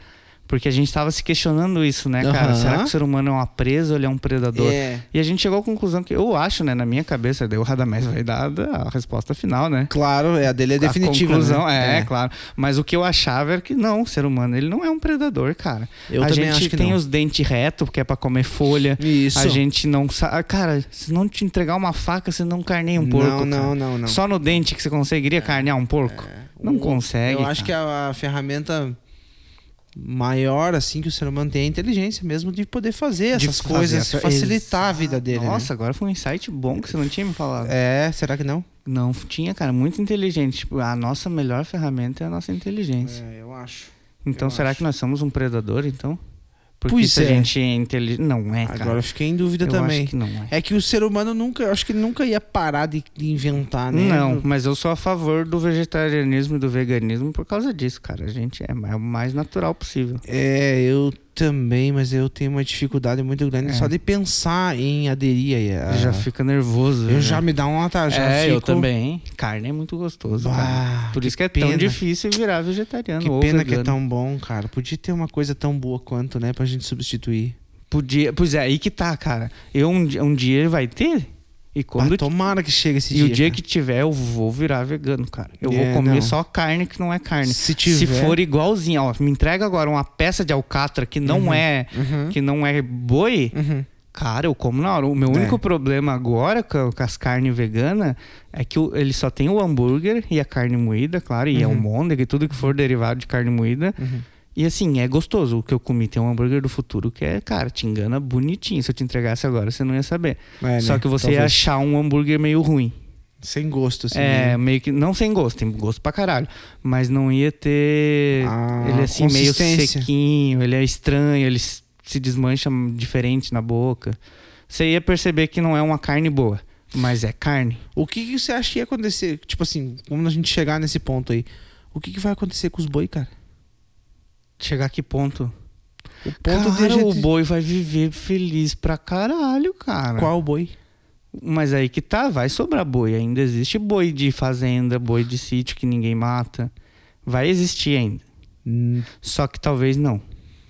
A: Porque a gente tava se questionando isso, né, cara?
B: Aham.
A: Será que o ser humano é uma presa ou ele é um predador?
B: É.
A: E a gente chegou à conclusão que eu acho, né, na minha cabeça, daí o Radamés vai dar a resposta final, né?
B: Claro, é, a dele é definitiva.
A: A conclusão,
B: né?
A: é, claro. Mas o que eu achava era que não, o ser humano, ele não é um predador, cara.
B: Eu
A: a
B: também
A: gente
B: acho que
A: tem
B: não.
A: os dentes retos, porque é pra comer folha.
B: Isso.
A: A gente não sabe. Cara, se não te entregar uma faca, você não carneia um
B: Não,
A: porco. cara.
B: não, não, não.
A: Só no dente que você conseguiria carnear um porco? Não
B: O-
A: consegue.
B: Eu acho que
A: cara.
B: a, a ferramenta maior, assim, que o ser humano tem é a inteligência mesmo de poder fazer
A: De
B: é essas
A: fazer
B: coisas,
A: essa-
B: facilitar a vida dele. né?
A: Nossa, agora foi um insight bom que você não tinha me falado.
B: É, será que não?
A: Não tinha, cara, muito inteligente. Tipo, a nossa melhor ferramenta é a nossa inteligência.
B: É, eu acho.
A: Então,
B: eu
A: será
B: acho.
A: que nós somos um predador, então? Porque
B: Pois
A: se
B: é.
A: a gente é inteligente. Não é, cara.
B: Agora eu fiquei em dúvida
A: eu
B: também.
A: acho que não é.
B: É que o ser humano nunca, eu acho que ele nunca ia parar de, de inventar, né?
A: Não, mas eu sou a favor do vegetarianismo e do veganismo por causa disso, cara. A gente é ma- é o mais natural possível.
B: É, eu também, mas eu tenho uma dificuldade muito grande só de pensar em aderir aí. a-
A: É. Já fica nervoso.
B: É. Eu
A: né?
B: já me dá um tá, já
A: é, eu
B: fico-
A: também. Carne é muito gostoso,
B: Bah,
A: cara. Por
B: que
A: isso que é tão
B: pena.
A: difícil virar vegetariano
B: Que
A: ou
B: pena que
A: vegano.
B: é tão bom, cara. Podia ter uma coisa tão boa quanto, né, pra gente substituir.
A: Podia... Pois é, aí que tá, cara. Eu um, di- um dia vai ter... E quando
B: Ah, tomara que chegue esse
A: E
B: dia.
A: o dia
B: cara.
A: que tiver, eu vou virar vegano, cara. Eu
B: É,
A: vou comer
B: não.
A: só carne que não é carne.
B: Se tiver-
A: Se for igualzinho, ó, me entrega agora uma peça de alcatra que não
B: Uhum.
A: é que não é boi. Cara, eu como na hora.
B: É.
A: O meu único problema agora com, com as carnes veganas é que o- ele só tem o hambúrguer e a carne moída, claro, e é
B: Uhum.
A: almôndega e tudo que for derivado de carne moída. E assim, é gostoso. O que eu comi tem um hambúrguer do futuro que é, cara, te engana bonitinho. Se eu te entregasse agora, você não ia saber.
B: É,
A: Só
B: né?
A: que você ia
B: Talvez.
A: achar um hambúrguer meio ruim.
B: Sem gosto, assim.
A: É,
B: né?
A: meio que. Não sem gosto, tem gosto pra caralho. Mas não ia ter.
B: Ah,
A: ele é assim, meio
B: consistência.
A: sequinho, ele é estranho, ele s- se desmancha diferente na boca. Você ia perceber que não é uma carne boa, mas é carne.
B: O que, que você acha que ia acontecer? Tipo assim, quando a gente chegar nesse ponto aí, o que, que vai acontecer com os boi, cara?
A: Chegar a que ponto?
B: O ponto de a
A: cara, o
B: gente...
A: boi né? vai viver feliz pra caralho, cara.
B: Qual boi?
A: Mas aí que tá, vai sobrar boi. Ainda existe boi de fazenda, boi de sítio que ninguém mata. Vai existir ainda.
B: Hum,
A: Só que talvez não,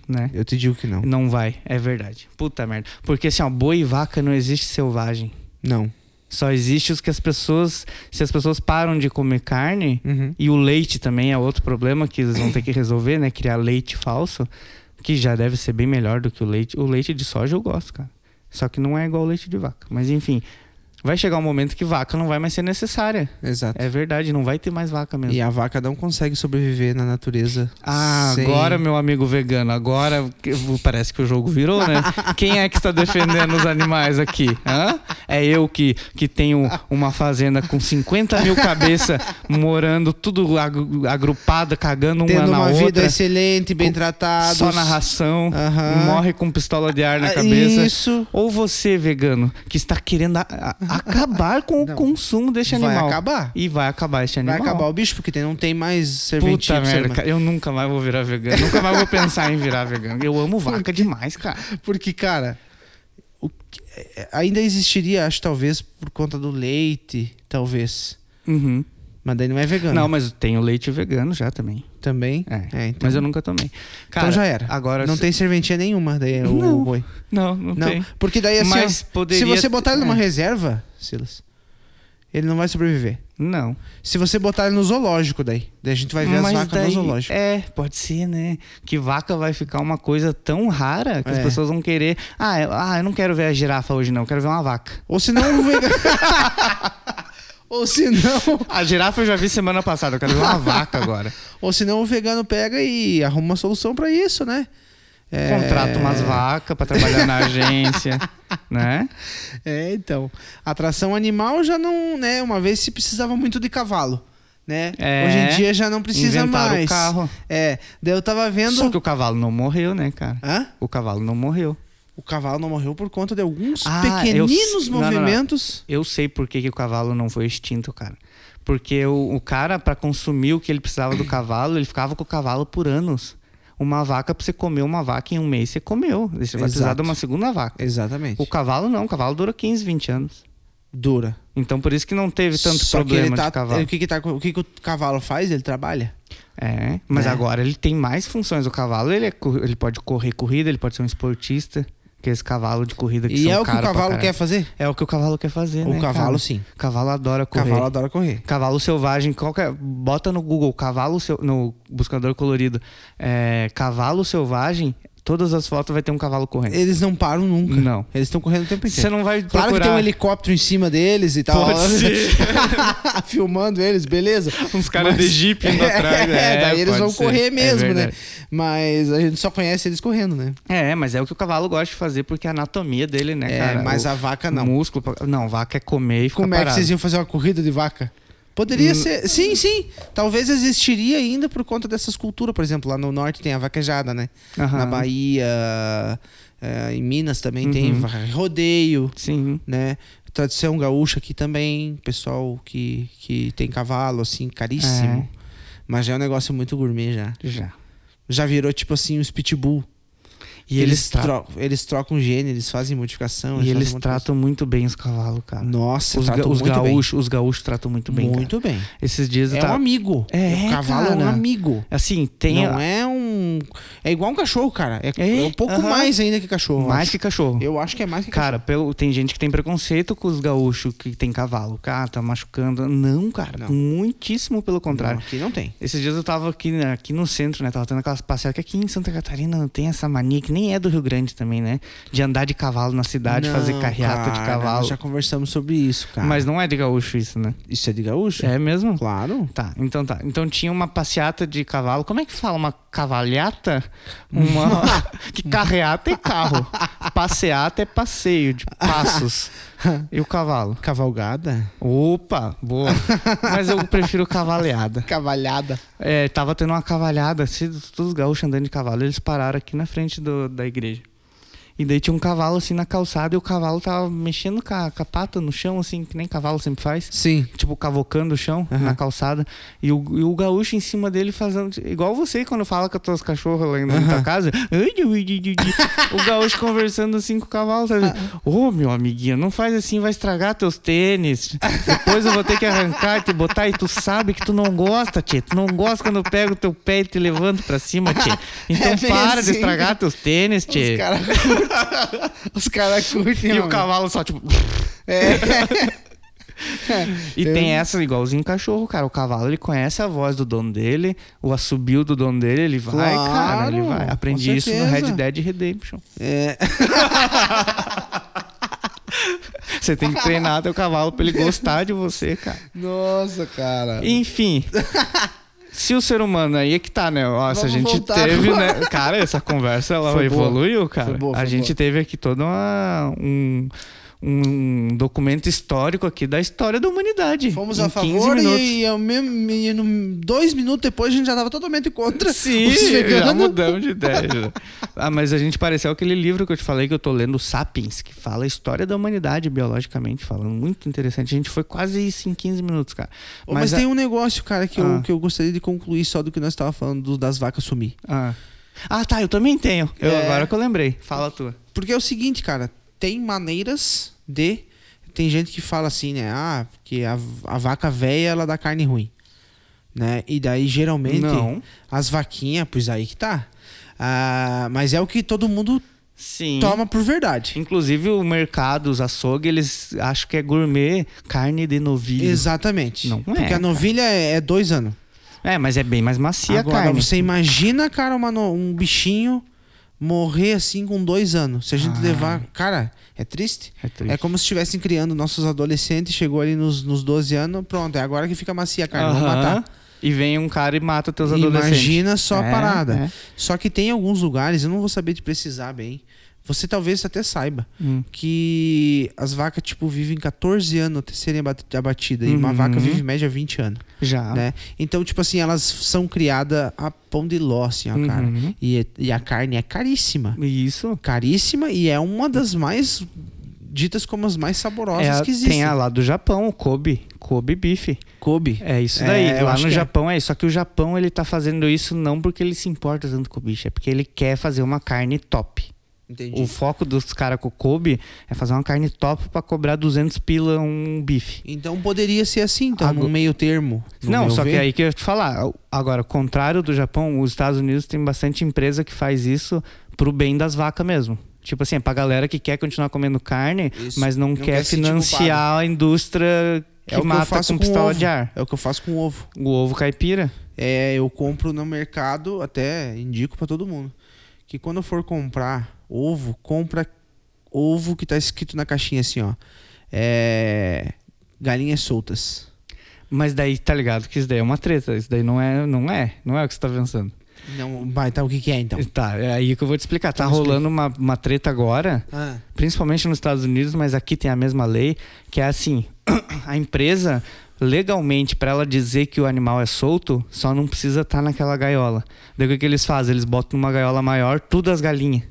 A: né?
B: Eu te digo que não.
A: Não vai, é verdade. Puta merda. Porque assim, ó, boi e vaca não existe selvagem.
B: Não.
A: Só existe os que as pessoas. Se as pessoas param de comer carne, e o leite também é outro problema que eles vão ter que resolver, né? Criar leite falso, que já deve ser bem melhor do que o leite. O leite de soja eu gosto, cara. Só que não é igual o leite de vaca. Mas enfim, vai chegar um momento que vaca não vai mais ser necessária.
B: Exato.
A: É verdade, não vai ter mais vaca É mesmo.
B: E a vaca não consegue sobreviver na natureza.
A: Ah,
B: sem-
A: agora, meu amigo vegano, agora que- parece que o jogo virou, né? Quem é que está defendendo os animais aqui? hã? É eu que, que tenho uma fazenda com 50 mil cabeças morando tudo agru- agrupada, cagando uma
B: Tendo
A: na
B: uma
A: outra.
B: vida excelente, bem
A: com-
B: tratado.
A: Só na ração,
B: Aham. Ah,
A: morre com pistola de ar na cabeça.
B: Isso.
A: Ou você, vegano, que está querendo a- a- acabar com o consumo deste
B: Vai
A: animal.
B: acabar.
A: E vai acabar este
B: Vai
A: animal.
B: acabar o bicho, porque tem- não tem mais serventia.
A: Puta
B: pro ser
A: merda,
B: humano.
A: né, cara. Eu nunca mais vou virar vegano. Nunca mais vou pensar em virar vegano. Eu amo vaca demais, cara.
B: Porque, cara, o é, ainda existiria, acho, talvez, por conta do leite, talvez.
A: Uhum.
B: Mas daí não é vegano.
A: Não, mas tem o leite vegano já também.
B: Também?
A: É.
B: então.
A: Mas eu nunca tomei. Cara,
B: então já era.
A: Agora
B: não
A: se-
B: tem serventia nenhuma, daí o
A: Não.
B: boi.
A: Não, não,
B: Não,
A: tem.
B: porque daí assim,
A: Mas
B: ó, se
A: poderia-
B: você botar ele numa
A: é.
B: reserva, Silas, ele não vai sobreviver.
A: Não.
B: Se você botar ele no zoológico daí, daí a gente vai ver
A: Mas
B: as vacas
A: daí-
B: no zoológico.
A: É, pode ser, né? Que vaca vai ficar uma coisa tão rara que as
B: É.
A: pessoas vão querer. Ah, eu, ah, eu não quero ver a girafa hoje, não. Eu quero ver uma vaca.
B: Ou se não, o vegano... Ou se não,
A: A girafa eu já vi semana passada. Eu quero ver uma vaca agora.
B: ou se não o vegano pega e arruma uma solução pra isso, né? É,
A: Contrata umas vacas pra trabalhar na agência, né?
B: É, então. Atração animal já não, né? Uma vez se precisava muito de cavalo, né?
A: É.
B: Hoje em dia já não precisa
A: Inventaram o
B: mais.
A: carro.
B: É. Daí eu tava vendo.
A: Só que o cavalo não morreu, né, cara?
B: Hã?
A: O cavalo não morreu.
B: O cavalo não morreu por conta de alguns
A: Ah, eu
B: pequeninos
A: s- não, não, não.
B: movimentos.
A: Eu sei por que, que o cavalo não foi extinto, cara. Porque o, o cara, pra consumir o que ele precisava do cavalo, ele ficava com o cavalo por anos. Uma vaca, pra você comer uma vaca em um mês, você comeu. Daí Você vai precisar
B: Exato.
A: de uma segunda vaca.
B: Exatamente.
A: O cavalo não, o cavalo dura 15, 20 anos.
B: Dura.
A: Então por isso que não teve tanto
B: Só que
A: problema
B: ele tá,
A: de cavalo.
B: O que que, tá, o que que o cavalo faz? Ele trabalha.
A: É, mas
B: Né?
A: agora ele tem mais funções. O cavalo, ele, é co- ele pode correr corrida, ele pode ser um esportista. Que é esse cavalo de corrida que
B: E
A: são
B: é o que o
A: caro pra
B: cavalo
A: caralho.
B: quer fazer?
A: É o que o cavalo quer fazer,
B: O
A: né,
B: cavalo,
A: cara?
B: sim.
A: O cavalo adora correr.
B: Cavalo adora correr.
A: Cavalo selvagem, qualquer. Bota no Google cavalo sel- no buscador colorido. é, cavalo selvagem, todas as fotos vai ter um cavalo correndo.
B: Eles não param nunca.
A: Não.
B: Eles estão correndo o tempo inteiro.
A: Você não vai
B: Claro que tem um
A: procurar-
B: helicóptero em cima deles e tal.
A: Pode ser.
B: Filmando eles, beleza.
A: Uns caras de Jeep indo atrás,
B: É,
A: é,
B: daí eles
A: pode
B: vão
A: ser.
B: correr
A: É
B: mesmo, né?
A: verdade.
B: Mas a gente só conhece eles correndo, né?
A: É, mas é o que o cavalo gosta de fazer, porque é a anatomia dele, né,
B: É,
A: cara?
B: mas
A: O-
B: a vaca
A: o
B: não.
A: Músculo. pra- Não, vaca é comer e ficar
B: Como é que
A: parado. Hum.
B: vocês iam fazer uma corrida de vaca? Poderia ser. Sim, sim. Talvez existiria ainda por conta dessas culturas. Por exemplo, lá no norte tem a vaquejada, né?
A: Aham.
B: Na Bahia, eh, em Minas também tem
A: Uhum.
B: va- rodeio,
A: Sim.
B: né? Tradição gaúcha aqui também. Pessoal que, que tem cavalo, assim, caríssimo. Mas já é um negócio muito gourmet já.
A: Já.
B: Já virou tipo assim os pitbull.
A: E eles, tra-
B: tro- eles trocam gene, eles fazem
A: e
B: modificação. fazem
A: eles
B: um monte de
A: tratam muito bem os cavalos, cara.
B: coisa. Nossa,
A: os, ga-
B: tratam
A: os
B: muito bem.
A: gaúchos, os gaúchos tratam muito bem. cara.
B: Muito bem.
A: Esses dias eu
B: É um
A: tava-
B: amigo.
A: É,
B: o cavalo é um
A: cara.
B: amigo.
A: Assim, tem
B: Não é um. É igual um cachorro, cara. É,
A: É,
B: é um pouco
A: aham.
B: mais ainda que cachorro. eu
A: mais
B: acho.
A: que cachorro.
B: Eu acho que é mais que
A: Cara, pelo, tem gente que tem preconceito com os gaúchos que tem cavalo. Cara, tá machucando. Não, cara.
B: Não.
A: Muitíssimo pelo contrário.
B: cachorro. Aqui não tem.
A: Esses dias eu tava aqui, né, aqui no centro, né? Tava tendo aquelas passeadas que aqui em Santa Catarina não tem essa mania, que nem é do Rio Grande também, né? De andar de cavalo na cidade, fazer
B: Não,
A: carreata
B: cara,
A: de cavalo.
B: Nós já conversamos sobre isso, cara.
A: Mas não é de gaúcho isso, né?
B: isso é de gaúcho?
A: É mesmo?
B: Claro.
A: Tá, então tá. Então tinha uma passeata de cavalo. Como é que fala? Uma cavalhata? Uma. que carreata é carro. Passeata é passeio de passos. E o cavalo?
B: Cavalgada?
A: Opa, boa. Mas eu prefiro cavalhada.
B: Cavalhada.
A: É, tava tendo uma cavalhada, assim, todos os gaúchos andando de cavalo. Eles pararam aqui na frente do- da igreja. E daí tinha um cavalo assim na calçada e o cavalo tava mexendo com a, com a pata no chão, assim, que nem cavalo sempre faz
B: Sim.
A: tipo, cavocando o chão na calçada. E o, e o gaúcho em cima dele fazendo. Igual você quando fala com as tuas cachorras lá na tua casa. Ai, ui, ui, ui, ui. o gaúcho conversando assim com o cavalo, sabe?
B: Ah.
A: Ô, meu amiguinho, não faz assim, vai estragar teus tênis. Depois eu vou ter que arrancar e te botar. E tu sabe que tu não gosta, tchê. Tu não gosta quando eu pego teu pé e te levanto pra cima, tchê. Então
B: É bem
A: para
B: assim.
A: de estragar teus tênis, tchê.
B: Os caras né? curtem. Os caras curtem.
A: E o
B: mano.
A: cavalo só, tipo.
B: É.
A: E
B: Eu-
A: tem essa igualzinho cachorro, cara. O cavalo, ele conhece a voz do dono dele, o assobio do dono dele, ele vai,
B: Claro,
A: cara, ele vai.
B: com
A: Aprendi isso no
B: certeza.
A: Red Dead Redemption.
B: É.
A: Você tem que treinar teu cavalo pra ele gostar de você, cara.
B: Nossa, cara.
A: Enfim. Se o ser humano aí é que tá, né? Nossa,
B: Vamos
A: a gente
B: voltar
A: teve,
B: agora.
A: né? Cara, essa conversa ela
B: Foi boa.
A: evoluiu, cara.
B: Foi boa, foi
A: a gente
B: boa.
A: teve aqui todo uma- um, um documento histórico aqui da história da humanidade.
B: Fomos
A: Em
B: a
A: 15
B: favor
A: minutos.
B: e, e ao mesmo, e no- dois minutos depois a gente já tava totalmente contra.
A: Sim,
B: os veganos.
A: já mudamos de ideia. já. Ah, mas a gente pareceu aquele livro que eu te falei que eu tô lendo, Sapiens, que fala a história da humanidade biologicamente falando. Muito interessante. A gente foi quase isso em 15 minutos, cara.
B: Ô, Mas,
A: a-
B: tem um negócio, cara, que, eu,
A: Ah.
B: que eu gostaria de concluir só do que nós tava falando do- das vacas sumir.
A: Ah. Ah, tá, eu também tenho. Eu,
B: É.
A: Agora que eu lembrei. Fala a tua.
B: Porque é o seguinte, cara, tem maneiras de. Tem gente que fala assim, né? Ah, porque a, a vaca velha ela dá carne ruim. Né? E daí, geralmente,
A: Não.
B: as vaquinhas, pois aí que tá. Ah, mas é o que todo mundo
A: Sim.
B: toma por verdade.
A: Inclusive o mercado, os açougue, eles acham que é gourmet carne de novilho.
B: Exatamente.
A: Não é,
B: porque a
A: cara.
B: novilha é, é dois anos.
A: É, mas é bem mais macia
B: Agora,
A: a carne.
B: você imagina, cara, uma no- um bichinho morrer assim com dois anos. Se a
A: Ah.
B: gente levar. Cara, é triste.
A: É triste.
B: como se estivessem criando nossos adolescentes, chegou ali nos, nos 12 anos, pronto, é agora que fica macia a carne, vamos
A: Aham.
B: matar.
A: E vem um cara e mata teus adolescentes.
B: Imagina só a
A: É,
B: parada.
A: é.
B: Só que tem alguns lugares, eu não vou saber te precisar bem. Você talvez até saiba
A: Hum.
B: que as vacas, tipo, vivem 14 anos até serem abate- abatidas. E uma
A: Uhum.
B: vaca vive em média 20 anos
A: Já.
B: né? Então, tipo assim, elas são criadas a pão de ló, assim, a
A: Uhum.
B: carne. E, e a carne é caríssima.
A: Isso.
B: Caríssima e é uma das mais ditas como as mais saborosas
A: É a-
B: que existem.
A: tem a lá do Japão, o Kobe. Kobe bife.
B: Kobe.
A: É isso
B: É,
A: daí.
B: eu
A: lá
B: acho
A: no
B: que é.
A: Japão é. isso. Só que o Japão ele tá fazendo isso não porque ele se importa tanto com o bicho, é porque ele quer fazer uma carne top.
B: Entendi.
A: O foco dos caras com o Kobe é fazer uma carne top pra cobrar 200 pila um bife.
B: Então poderia ser assim, então,
A: Ago-
B: num meio termo. no
A: Não,
B: meu
A: só que
B: ver.
A: aí que eu ia te falar. Agora, ao contrário do Japão, os Estados Unidos tem bastante empresa que faz isso pro bem das vacas mesmo. Tipo assim, é pra galera que quer continuar comendo carne,
B: Isso.
A: mas não,
B: Não
A: quer,
B: quer se sentir
A: financiar
B: culpado.
A: a indústria que
B: é o que eu
A: mata
B: faço
A: com
B: com,
A: pistola
B: ovo.
A: de ar.
B: É o que eu faço com ovo.
A: O ovo caipira.
B: É, eu compro no mercado, até indico pra todo mundo, que quando for comprar ovo, compra ovo que tá escrito na caixinha assim, ó. É, galinhas soltas.
A: Mas daí tá ligado que isso daí é uma treta. Isso daí não é, não é, não é o que você tá pensando.
B: Não, mas tá, o que que é então?
A: Tá, é aí que eu vou te explicar. Tá
B: Então
A: rolando uma, uma treta agora,
B: Ah,
A: principalmente nos Estados Unidos, mas aqui tem a mesma lei, que é assim, a empresa legalmente pra ela dizer que o animal é solto, só não precisa estar naquela gaiola. Daí o que, que eles fazem? Eles botam numa gaiola maior tudo as galinhas.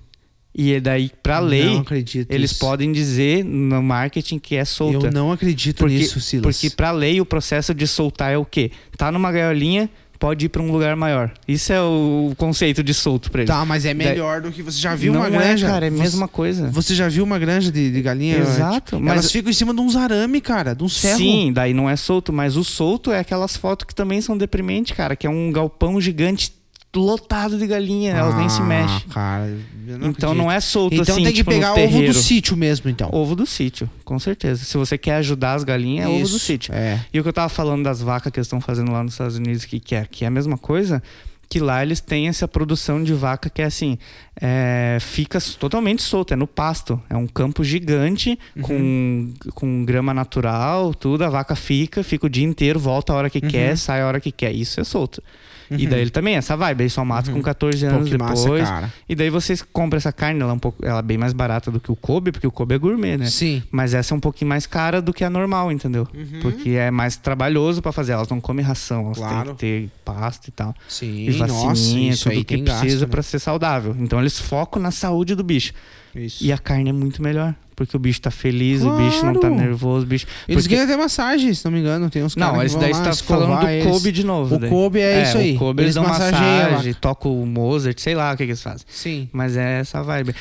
A: E é daí pra lei,
B: Ah, não acredito
A: eles
B: nisso.
A: podem dizer no marketing que é solta.
B: Eu não acredito
A: Porque,
B: nisso, Silas.
A: porque pra lei o processo de soltar é o quê? Tá numa gaiolinha, pode ir pra um lugar maior. Isso é o conceito de solto pra eles.
B: Tá, mas é melhor do que você já viu
A: não
B: uma granja?
A: É, cara, é a
B: Você-
A: mesma coisa.
B: Você já viu uma granja de, de galinha?
A: Exato,
B: Mas...
A: mas-
B: Elas ficam em cima de uns arame, cara, de uns ferros.
A: Sim, daí não é solto, mas o solto é aquelas fotos que também são deprimentes, cara, que é um galpão gigante lotado de galinha, elas nem se
B: Ah,
A: mexem.
B: Cara, eu não
A: Então
B: acredito.
A: não é solto
B: Então
A: assim,
B: tem que
A: tipo,
B: pegar
A: no
B: ovo
A: terreiro.
B: do sítio mesmo, então.
A: Ovo do sítio, com certeza. Se você quer ajudar as galinhas, é ovo
B: Isso,
A: do sítio.
B: é.
A: E o que eu tava falando das vacas que eles estão fazendo lá nos Estados Unidos, que, que, é, que é a mesma coisa, que lá eles têm essa produção de vaca que é assim, é, fica s- totalmente solta, é no pasto. É um campo gigante,
B: Uhum.
A: com, com grama natural, tudo. A vaca fica, fica o dia inteiro, volta a hora
B: Uhum.
A: que quer, sai a hora que quer. Isso é solto. E daí ele também, é essa vibe, aí só mata com 14
B: Uhum. Pô,
A: anos
B: que massa,
A: depois.
B: cara.
A: E daí vocês compram essa carne, ela é, um pouco, ela é bem mais barata do que o Kobe, porque o Kobe é gourmet, né?
B: Sim.
A: Mas essa é um pouquinho mais cara do que a normal, entendeu?
B: Uhum.
A: Porque é mais trabalhoso pra fazer. Elas não comem ração, elas têm
B: Claro.
A: que ter pasto e tal.
B: Sim,
A: E vacininha,
B: nossa, isso
A: tudo
B: aí
A: o que
B: tem gasto,
A: precisa
B: né?
A: pra ser saudável. Então eles focam na saúde do bicho.
B: Isso.
A: E a carne é muito melhor. Porque o bicho tá feliz, o bicho não tá
B: Claro.
A: nervoso, o bicho.
B: Eles
A: porque...
B: ganham até massagem, se não me engano. Tem uns
A: Não,
B: caras
A: esse
B: que
A: daí
B: vão
A: você tá
B: lá
A: falando do
B: escovar eles.
A: Kobe de novo.
B: O
A: daí.
B: Kobe é isso aí.
A: O Kobe eles,
B: Eles
A: dão
B: massageiam lá.
A: massagem, toca o Mozart, sei lá o que, que eles fazem.
B: Sim.
A: Mas é essa vibe.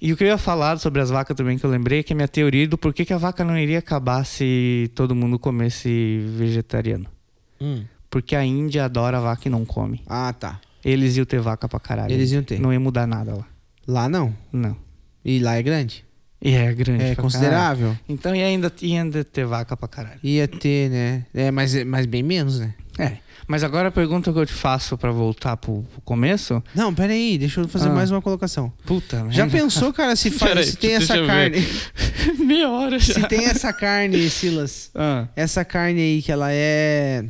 A: E o que eu ia falar sobre as vacas também que eu lembrei, que é minha teoria do porquê que a vaca não iria acabar se todo mundo comesse vegetariano. Hum. Porque a Índia adora vaca e não come.
B: Ah, tá.
A: Eles iam ter vaca pra caralho.
B: Eles iam ter.
A: Não ia mudar nada lá.
B: Lá não.
A: Não.
B: E lá é grande.
A: E é grande.
B: É
A: pra
B: considerável.
A: caralho. Então ia ainda, ia ainda ter vaca pra caralho.
B: Ia ter, né? É, mas, mas bem menos, né?
A: É. Mas agora a pergunta que eu te faço pra voltar pro, pro começo.
B: Não, peraí, deixa eu fazer
A: Ah.
B: mais uma colocação.
A: Puta, merda.
B: Já pensou, cara, se, faz,
A: Peraí,
B: se tem
A: deixa
B: essa
A: eu ver.
B: carne.
A: Meia hora já.
B: se tem essa carne, Silas.
A: Ah,
B: Essa carne aí que ela é.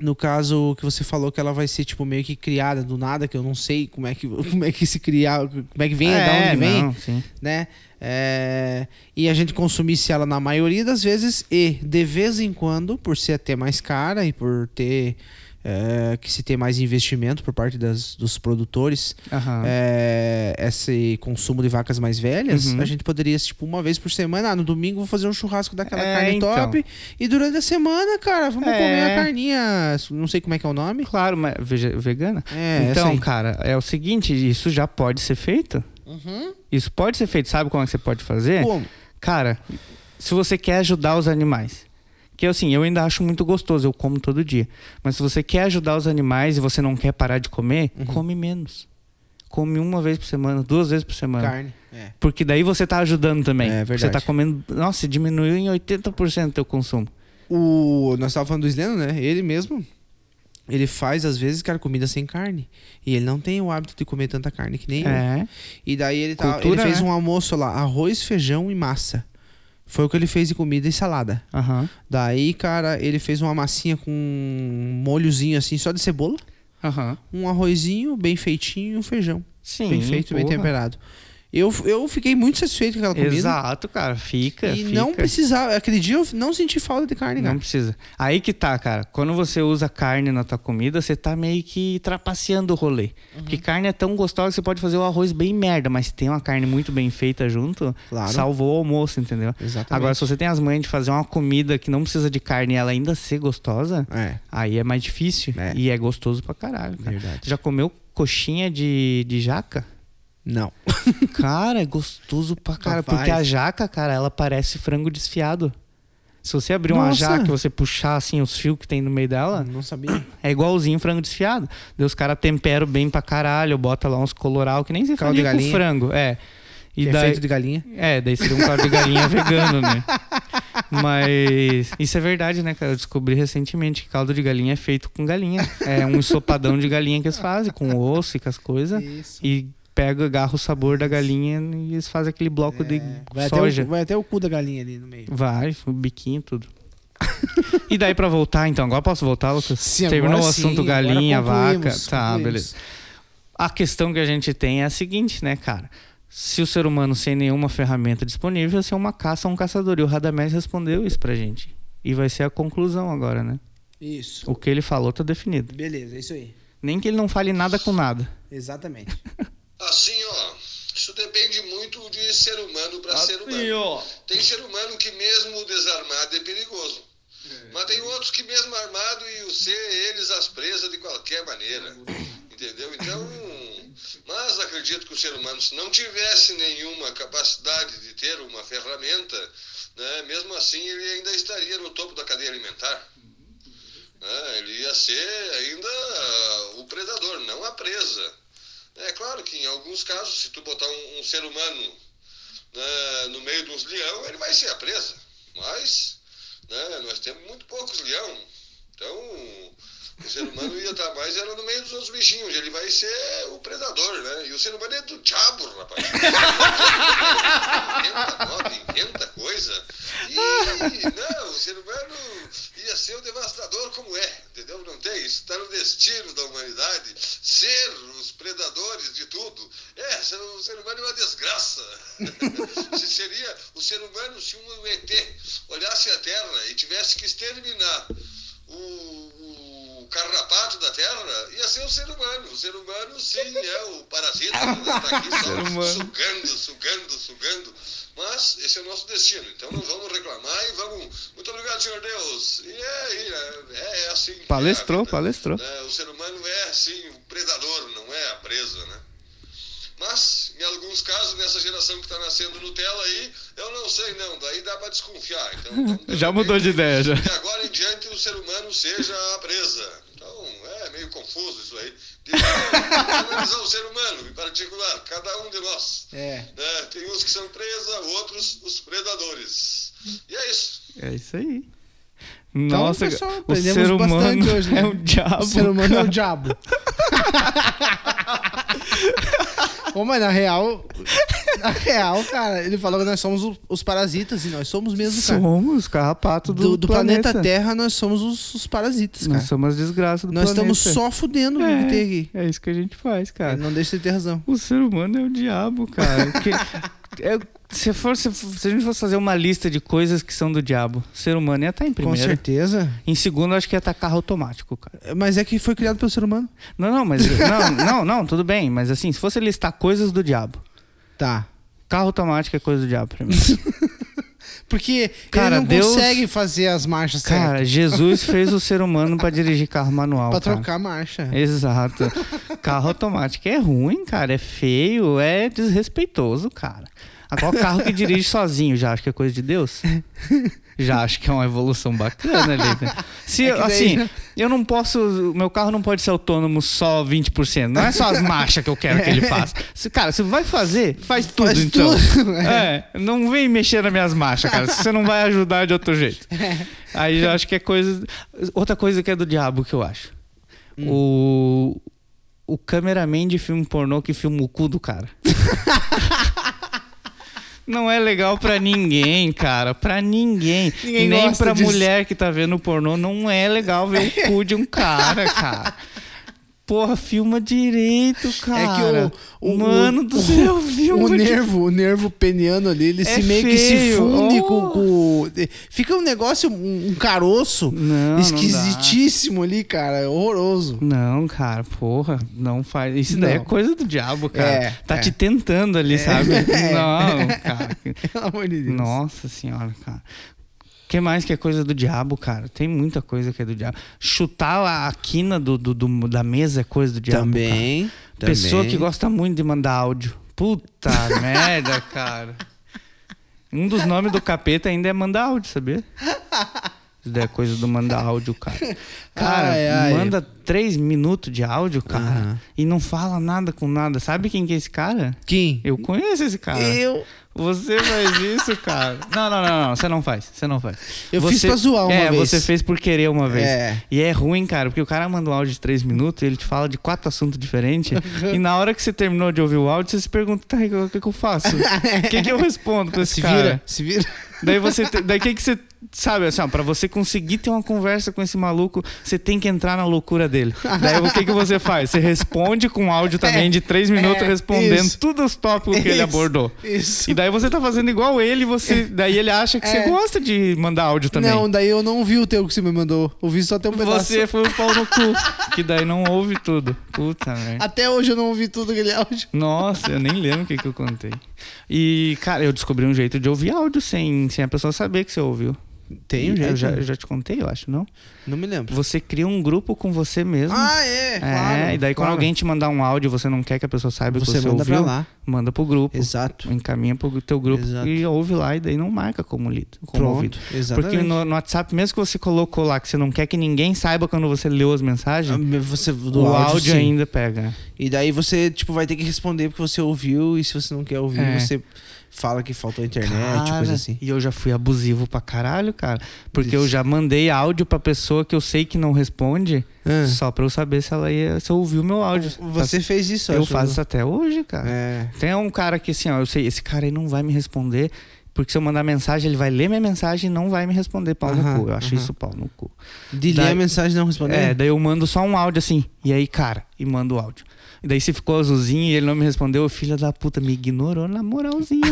B: No caso que você falou que ela vai ser, tipo, meio que criada do nada, que eu não sei como é que, como é que se criar, como é que vem, da onde
A: é,
B: que vem.
A: não, sim.
B: né? É, e a gente consumisse ela na maioria das vezes e de vez em quando, por ser até mais cara e por ter é, que se ter mais investimento por parte das, dos produtores,
A: Aham.
B: é, esse consumo de vacas mais velhas,
A: Uhum.
B: a gente poderia, tipo, uma vez por semana, ah, no domingo vou fazer um churrasco daquela
A: É,
B: carne
A: então.
B: top e durante a semana, cara, vamos
A: É.
B: comer a carninha, não sei como é que é o nome.
A: Claro, mas vege- vegana.
B: É, essa
A: então,
B: aí.
A: cara, é o seguinte, isso já pode ser feito.
B: Uhum.
A: Isso pode ser feito, sabe como é que você pode fazer?
B: Como?
A: Cara, se você quer ajudar os animais, que assim, eu ainda acho muito gostoso, eu como todo dia. Mas se você quer ajudar os animais e você não quer parar de comer,
B: Uhum.
A: come menos. Come uma vez por semana, duas vezes por semana.
B: Carne. É.
A: Porque daí você tá ajudando também.
B: É, verdade.
A: Você tá comendo. Nossa, diminuiu em 80% o teu consumo.
B: O, nós estávamos falando do Sleno, né? Ele mesmo. Ele faz, às vezes, cara, comida sem carne. E ele não tem o hábito de comer tanta carne que nem eu.
A: É.
B: E daí ele, tá,
A: Cultura,
B: ele fez
A: né?
B: um almoço lá, arroz, feijão e massa. Foi o que ele fez de comida e salada.
A: Aham.
B: Daí, cara, ele fez uma massinha com um molhozinho assim, só de cebola.
A: Aham.
B: Um arrozinho bem feitinho e um feijão.
A: Sim.
B: bem feito, bem
A: porra.
B: temperado. Eu, eu fiquei muito satisfeito com aquela comida.
A: Exato, cara. Fica.
B: E
A: fica.
B: não precisava. Aquele dia eu não senti falta de carne, cara.
A: Não precisa. Aí que tá, cara. Quando você usa carne na tua comida, você tá meio que trapaceando o rolê.
B: Uhum.
A: Porque carne é tão gostosa que você pode fazer o arroz bem merda, mas tem uma carne muito bem feita junto,
B: Claro.
A: salvou o almoço, entendeu?
B: Exatamente.
A: Agora, se você tem as manhas de fazer uma comida que não precisa de carne e ela ainda ser gostosa,
B: É.
A: aí é mais difícil.
B: É.
A: E é gostoso pra caralho, cara.
B: Verdade.
A: Já comeu coxinha de, de jaca?
B: Não.
A: Cara, é gostoso pra cara.
B: Capaz.
A: Porque a jaca, cara, ela parece frango desfiado. Se você abrir uma
B: Nossa.
A: jaca e você puxar assim os fios que tem no meio dela,
B: Não sabia.
A: é igualzinho frango desfiado. Daí os caras temperam bem pra caralho, bota lá uns coloral que nem se
B: Caldo
A: fala
B: de
A: com
B: galinha.
A: frango. É. E
B: E
A: daí,
B: de galinha.
A: É, daí seria um caldo de galinha vegano, né? Mas isso é verdade, né, cara? Eu descobri recentemente que caldo de galinha é feito com galinha. É um ensopadão de galinha que eles fazem, com osso e com as coisas
B: Isso.
A: e pega, agarra o sabor da galinha e eles fazem aquele bloco de
B: É. Vai um- até,
A: soja.
B: o, vai até o cu da galinha ali no meio.
A: Vai, o biquinho, tudo. e daí pra voltar, então, agora posso voltar, Lucas?
B: Sim,
A: Terminou
B: agora
A: o assunto
B: sim,
A: galinha,
B: agora
A: vaca.
B: concluímos,
A: Tá,
B: concluímos.
A: beleza. A questão que a gente tem é a seguinte, né, cara? Se o ser humano sem nenhuma ferramenta disponível, ser uma caça ou um caçador. E o Radamés respondeu isso pra gente. E vai ser a conclusão agora, né?
B: Isso.
A: O que ele falou tá definido.
B: Beleza, é isso aí.
A: Nem que ele não fale nada com nada.
B: Exatamente.
F: Assim, ó, isso depende muito de ser humano para ser humano. Tem ser humano que mesmo desarmado é perigoso. Mas tem outros que mesmo armado e o ser, eles as presas de qualquer maneira. Entendeu? Então, mas acredito que o ser humano, se não tivesse nenhuma capacidade de ter uma ferramenta, né, mesmo assim ele ainda estaria no topo da cadeia alimentar. né? ele ia ser ainda ah, o predador, não a presa. É claro que em alguns casos, se tu botar um, um ser humano né, no meio de uns leão, ele vai ser a presa. Mas né, nós temos muito poucos leão. Então, o ser humano ia estar mais era no meio dos outros bichinhos. Ele vai ser o predador, né? E o ser humano é do diabo, rapaz. inventa moda, inventa coisa. E, não, o ser humano ia ser o devastador como é, entendeu? Não tem isso. Está no destino da humanidade ser os predadores de tudo. É, ser- o ser humano é uma desgraça. se seria o ser humano se um ET olhasse a Terra e tivesse que exterminar o, o carrapato da Terra, ia ser o ser humano. O ser humano, sim, é o parasita. Está aqui só sugando, sugando, sugando. Mas esse é o nosso destino. Então não vamos reclamar e vamos. Muito obrigado, Senhor Deus. E é, aí, é, é assim. que é a
A: Palestrou,
F: vida.
A: palestrou.
F: É, o ser humano é, sim, o predador, não é a presa, né? Mas, em alguns casos, nessa geração que está nascendo Nutella aí, eu não sei não, daí dá para desconfiar. Então, vamos-
A: Já mudou de ideia, já.
F: De agora em diante, o ser humano seja a presa. Então, é meio confuso isso aí. é De analisar o ser humano, em particular, cada um de nós.
B: É.
F: né? Tem uns que são presa, outros os predadores. E é isso.
A: É isso aí.
B: Então,
A: Nossa,
B: pessoal,
A: cara, o
B: aprendemos
A: ser humano
B: bastante hoje, né?
A: é o diabo.
B: O ser humano é o diabo. Ô, mas na real. Na real, cara, ele falou que nós somos o- os parasitas e nós somos mesmo, cara.
A: Somos carrapato do,
B: Do, do planeta.
A: Terra.
B: Terra, nós somos os, os parasitas, cara.
A: Nós
B: Nós,
A: somos as desgraças do planeta.
B: estamos só fudendo o que tem aqui.
A: É né? isso que a gente faz, cara.
B: Não deixa de ter razão.
A: O ser humano é o diabo, cara. Que- é- se, for, se, for- se a gente fosse fazer uma lista de coisas que são do diabo, o ser humano ia estar em
B: Com
A: primeiro.
B: certeza.
A: Em segundo, acho que ia estar carro automático, cara.
B: Mas é que foi criado pelo ser humano.
A: Não, não, mas. não, não, não, tudo bem. Mas assim, se fosse listar coisas do diabo,
B: Tá.
A: carro automático é coisa do diabo pra mim.
B: Porque
A: Cara,
B: ele não
A: Deus-
B: consegue fazer as marchas certas.
A: Cara, Jesus fez o ser humano pra dirigir carro manual.
B: Pra
A: cara.
B: trocar a marcha.
A: Exato. carro automático é ruim, cara. É feio, é desrespeitoso, cara. Agora o carro que dirige sozinho já acho que é coisa de Deus. Já acho que é uma evolução bacana ali. né? Se,
B: É que daí
A: assim,
B: já-
A: eu não posso. o Meu carro não pode ser autônomo só 20%. Não é só as marchas que eu quero que
B: É.
A: ele faça. Se- cara, se vai fazer, faz tudo
B: Faz
A: então.
B: tudo.
A: É, não vem mexer nas minhas marchas, cara. Se você não vai ajudar de outro jeito. Aí já acho que é coisa. Outra coisa que é do diabo que eu acho.
B: Hum.
A: O. O cameraman de filme pornô que filma o cu do cara. Não é legal pra ninguém, cara. Pra ninguém.
B: Ninguém
A: Nem
B: gosta
A: pra
B: disso.
A: mulher que tá vendo pornô. Não é legal ver o cu de um cara, cara. Porra, filma direito, cara.
B: É que o, o
A: Mano
B: o-
A: do céu, filma
B: o
A: um de-
B: nervo, o nervo peniano ali, ele
A: É
B: se meio que se
A: feio.
B: funde
A: Oh.
B: com, com- fica um negócio um, um caroço
A: Não, não
B: esquisitíssimo ali, cara, é horroroso.
A: Não, cara, porra, não faz. Isso daí
B: Não.
A: é coisa do diabo, cara.
B: É,
A: tá
B: é.
A: te tentando ali, sabe? Não, cara.
B: Pelo amor de Deus.
A: Nossa senhora, cara. O que mais que é coisa do diabo, cara? Tem muita coisa que é do diabo. Chutar a- a quina do, do- do- da mesa é coisa do diabo. cara.
B: Também, também.
A: Pessoa que gosta muito de mandar áudio. Puta merda, cara. Um dos nomes do capeta ainda é mandar áudio, sabia? Isso daí é coisa do mandar áudio, cara. Cara,
B: Ai, ai.
A: manda três minutos de áudio, cara,
B: Aham.
A: e não fala nada com nada. Sabe quem que é esse cara?
B: Kim.
A: Eu conheço esse cara.
B: Eu-
A: Você faz isso, cara. Não, não, não, não. Você não faz. Você não faz.
B: Eu
A: Você-
B: fiz pra zoar uma
A: é,
B: vez.
A: você fez por querer uma vez.
B: É.
A: E é ruim, cara, porque o cara manda um áudio de três minutos, ele te fala de quatro assuntos diferentes.
B: Uhum.
A: e na hora que você terminou de ouvir o áudio, você se pergunta, tá, o que, que eu faço? O que, que eu respondo pra esse
B: É. Se
A: cara?
B: vira, se vira.
A: Daí você. te- daí que, que você. Sabe, assim, ó, pra você conseguir ter uma conversa com esse maluco, você tem que entrar na loucura dele. Daí o que, que você faz? Você responde com áudio também de três minutos,
B: é,
A: respondendo
B: isso.
A: todos os tópicos que ele
B: Isso,
A: abordou.
B: isso.
A: E daí você tá fazendo igual ele, você. Daí ele acha que
B: É.
A: você gosta de mandar áudio também.
B: Não, daí eu não vi o teu que você me mandou. Eu vi só até um pedaço.
A: você é foi o pau no cu. Que daí não ouve tudo. Puta merda.
B: Até hoje eu não ouvi tudo aquele áudio.
A: Nossa, eu nem lembro o que, que eu contei. E, cara, eu descobri um jeito de ouvir áudio sem, sem a pessoa saber que você ouviu.
B: Tem um
A: Eu
B: jeito?
A: já, eu já te contei, eu acho, não?
B: Não me lembro.
A: Você cria um grupo com você mesmo.
B: Ah, é,
A: é,
B: claro.
A: e daí
B: claro.
A: quando alguém te mandar um áudio e você não quer que a pessoa saiba
B: Você
A: que você
B: manda pra
A: ouviu,
B: lá.
A: manda pro grupo.
B: Exato.
A: Encaminha pro teu grupo
B: Exato.
A: e ouve lá e daí não marca como lido, como
B: Pronto,
A: ouvido.
B: exatamente.
A: Porque no, no WhatsApp, mesmo que você colocou lá que você não quer que ninguém saiba quando você leu as mensagens,
B: Ah, Você, do
A: o
B: áudio,
A: áudio,
B: sim.
A: ainda pega.
B: E daí você, tipo, vai ter que responder porque você ouviu e se você não quer ouvir,
A: É.
B: você fala que faltou internet,
A: Cara,
B: coisa assim.
A: E eu já fui abusivo pra caralho, cara. Porque eu
B: Isso.
A: já mandei áudio pra pessoa que eu sei que não responde,
B: Ah.
A: só pra eu saber se ela ia, se ouviu meu áudio. Tá,
B: Você fez isso,
A: Eu
B: acho.
A: faço isso até hoje, cara.
B: É.
A: Tem um cara que assim, ó, eu sei, esse cara aí não vai me responder, porque se eu mandar mensagem, ele vai ler minha mensagem e não vai me responder pau
B: Aham,
A: no cu. Eu acho
B: aham.
A: isso pau no cu.
B: De ler
A: Daí-
B: a mensagem e não responder?
A: É, daí eu mando só um áudio assim, e aí, cara, e mando o áudio. E daí se ficou azulzinho e ele não me respondeu, filha da puta, me ignorou na moralzinha.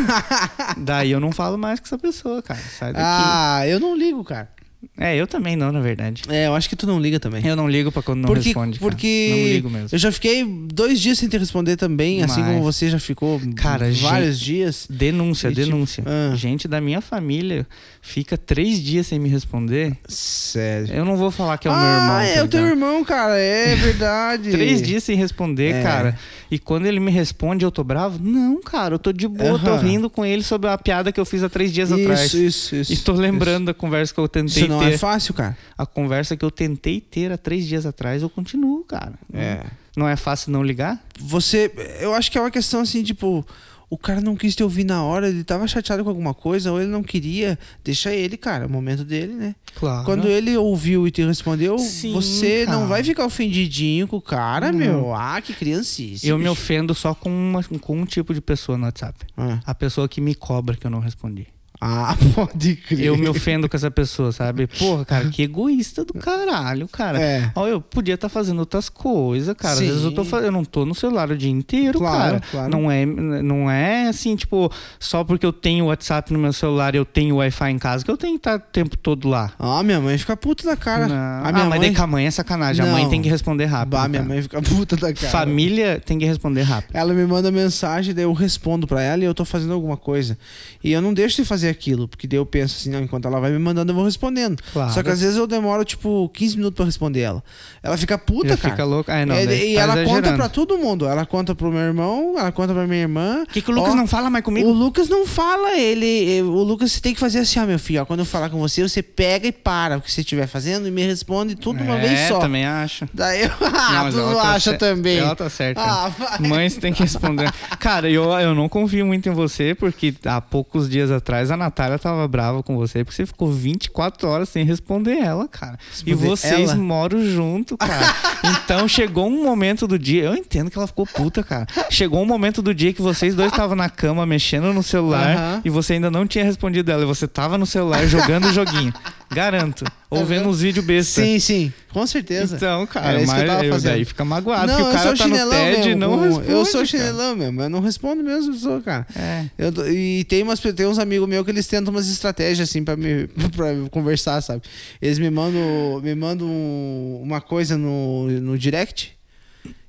A: daí eu não falo mais com essa pessoa, cara. Sai daqui.
B: ah, eu não ligo, cara.
A: É, eu também não, na verdade.
B: É, eu acho que tu não liga também.
A: Eu não ligo pra quando não
B: porque
A: responde. cara.
B: porque
A: Não ligo mesmo.
B: eu já fiquei dois dias sem te responder também, assim
A: Mas-
B: como você já ficou
A: Cara,
B: vários dias.
A: Denúncia,
B: E, tipo,
A: denúncia.
B: ah.
A: Gente da minha família fica três dias sem me responder.
B: Sério.
A: Eu não vou falar que é o meu irmão.
B: ah,
A: tá
B: é o teu
A: ligado?
B: irmão, cara. É verdade.
A: Três dias sem responder,
B: É.
A: cara. E quando ele me responde, eu tô bravo? Não, cara, eu tô de boa, tô
B: Aham.
A: rindo com ele sobre a piada que eu fiz há três dias atrás.
B: Isso, isso, isso.
A: E tô lembrando da conversa que eu
B: Isso,
A: tentei
B: isso não
A: ter.
B: é fácil, cara.
A: A conversa que eu tentei ter há três dias atrás, eu continuo, cara.
B: É.
A: Não é fácil não ligar?
B: você. Eu acho que é uma questão assim, tipo. O cara não quis te ouvir na hora, ele tava chateado com alguma coisa, ou ele não queria. Deixa ele, cara, é o momento dele, né?
A: Claro.
B: Quando ele ouviu e te respondeu,
A: Sim,
B: você
A: cara.
B: não vai ficar ofendidinho com o cara, meu. Ah, que criancice.
A: Eu me
B: bicho.
A: ofendo só com, uma- com um tipo de pessoa no WhatsApp.
B: Ah.
A: A pessoa que me cobra que eu não respondi.
B: Ah, pode crer.
A: Eu me ofendo com essa pessoa, sabe? Porra, cara, que egoísta do caralho, cara.
B: É.
A: Ó, eu podia estar fazendo outras coisas, cara. Às vezes eu, tô,
B: Sim.
A: fa- eu não tô no celular o dia inteiro,
B: Claro,
A: cara.
B: claro.
A: Não, é, não é assim, tipo, só porque eu tenho WhatsApp no meu celular e eu tenho Wi-Fi em casa que eu tenho que estar o tempo todo lá.
B: Ah, minha mãe fica puta da cara.
A: Não.
B: A
A: ah,
B: minha
A: mas
B: mãe.
A: daí com a mãe é sacanagem. A
B: Não.
A: mãe tem que responder rápido.
B: Bah, minha
A: cara.
B: mãe fica puta da cara.
A: Família tem que responder rápido.
B: Ela me manda mensagem, daí eu respondo pra ela e eu tô fazendo alguma coisa. E eu não deixo de fazer aquilo. Porque daí eu penso assim, não, enquanto ela vai me mandando, eu vou respondendo.
A: Claro.
B: Só que às vezes eu demoro, tipo, 15 minutos pra responder ela. Ela fica puta,
A: Já
B: cara.
A: fica louca. Ah, não,
B: É,
A: daí
B: e
A: tá
B: ela conta
A: exagerando.
B: pra todo mundo. Ela conta pro meu irmão, ela conta pra minha irmã.
A: Que que o Lucas
B: Ó,
A: não fala mais comigo?
B: O Lucas não fala, ele. eh, O Lucas você tem que fazer assim, ó, meu filho. Ó, quando eu falar com você, você pega e para o que você estiver fazendo e me responde tudo de uma
A: é,
B: vez só.
A: também acho.
B: Daí eu. Ah,
A: mas
B: tu
A: ela
B: não
A: tá
B: acha
A: cer-
B: também.
A: Ela tá certa.
B: Ah, vai.
A: Mães tem que responder. Cara, eu, eu não confio muito em você, porque há poucos dias atrás a Natália tava brava com você, porque você ficou 24 horas sem responder ela, cara. e
B: Responder
A: vocês
B: ela?
A: moram junto, cara. então chegou um momento do dia. Eu entendo que ela ficou puta, cara. Chegou um momento do dia que vocês dois estavam na cama mexendo no celular
B: Aham.
A: e você ainda não tinha respondido ela. E você tava no celular jogando o joguinho. Garanto. Ou vendo uns vídeos besta.
B: Tá Sim, sim, com certeza.
A: Então, cara,
B: Era isso que eu
A: mas
B: tava
A: eu
B: fazendo.
A: daí fica magoado,
B: não,
A: porque o
B: eu
A: cara
B: sou
A: tá no
B: chinelão
A: TED e
B: mesmo.
A: não responde,
B: eu sou
A: cara.
B: chinelão mesmo, eu não respondo mesmo, sou, cara.
A: É.
B: Eu tô- e tem, umas, pe- tem uns amigos meus que eles tentam umas estratégias assim pra, me, pra eu conversar, sabe? Eles me mandam, me mandam um- uma coisa no, no direct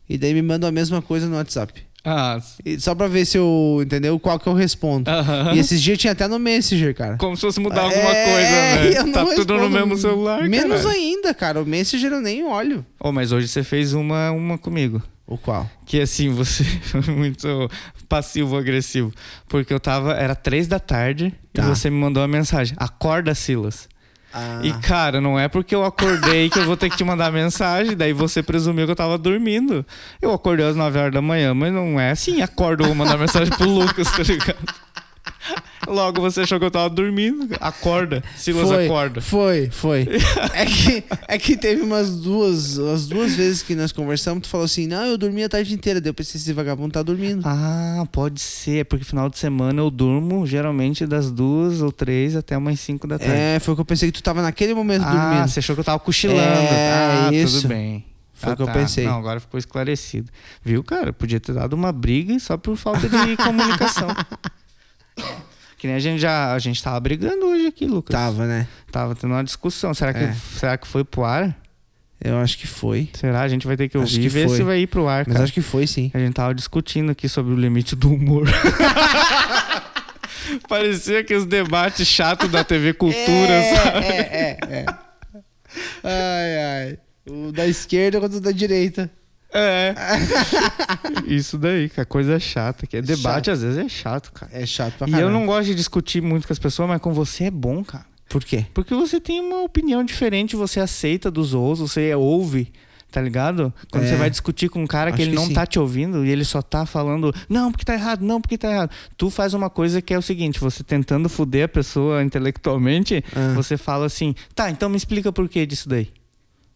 B: e daí me mandam a mesma coisa no WhatsApp.
A: Ah,
B: E só pra ver se eu, entendeu? Qual que eu respondo.
A: Aham.
B: E esses dias tinha até no Messenger, cara.
A: como se fosse mudar alguma
B: É,
A: coisa,
B: eu
A: né?
B: não
A: Tá tudo no
B: respondo.
A: mesmo celular,
B: Menos
A: cara.
B: ainda, cara. O Messenger eu nem olho.
A: Oh, mas hoje você fez uma, uma comigo.
B: O qual?
A: Que assim, você foi muito passivo-agressivo. Porque eu tava. Era três da tarde
B: Tá.
A: e você me mandou uma mensagem. Acorda, Silas. E, cara, não é porque eu acordei que eu vou ter que te mandar mensagem. Daí você presumiu que eu tava dormindo. Eu acordei às 9 horas da manhã, mas não é assim. Acordo, vou mandar mensagem pro Lucas, tá ligado? Logo você achou que eu tava dormindo. Acorda, Silas acorda.
B: Foi, foi. é, que, é que teve umas duas, as duas vezes que nós conversamos, tu falou assim, não, eu dormi a tarde inteira. Daí eu pensei, esse vagabundo tá dormindo.
A: Ah, pode ser. É porque final de semana eu durmo geralmente das duas ou três até umas 5 da tarde.
B: é, foi o que eu pensei que tu tava naquele momento
A: tá. ah,
B: dormindo.
A: você achou que eu tava cochilando.
B: É,
A: ah,
B: isso.
A: tudo bem.
B: Foi o
A: Ah,
B: que eu
A: tá.
B: pensei.
A: Não, agora ficou esclarecido. Viu, cara? Podia ter dado uma briga só por falta de comunicação. Que nem a gente já. A gente tava brigando hoje aqui, Lucas.
B: Tava, né?
A: Tava tendo uma discussão. Será que,
B: É.
A: será que foi pro ar?
B: Eu acho que foi.
A: Será? A gente vai ter que
B: Acho
A: ouvir
B: que
A: e ver
B: foi.
A: se vai ir pro ar,
B: Mas
A: Tá, cara.
B: acho que foi, sim.
A: A gente tava discutindo aqui sobre o limite do humor. Parecia que os debates chatos da TV Cultura, sabe?
B: é, é. Ai, ai. O da esquerda contra o da direita.
A: É. Isso daí, cara. Coisa chata. Que é debate às vezes é chato, cara.
B: É chato pra
A: e
B: caramba.
A: eu não gosto de discutir muito com as pessoas, mas com você é bom, cara.
B: Por quê?
A: Porque você tem uma opinião diferente, você aceita dos outros, você ouve, tá ligado? Quando
B: É.
A: você vai discutir com um cara
B: Acho
A: que ele
B: que
A: não
B: sim.
A: tá te ouvindo e ele só tá falando, não, porque tá errado, não, porque tá errado. Tu faz uma coisa que é o seguinte, você tentando foder a pessoa intelectualmente,
B: Ah.
A: você fala assim, tá, então me explica por que disso daí.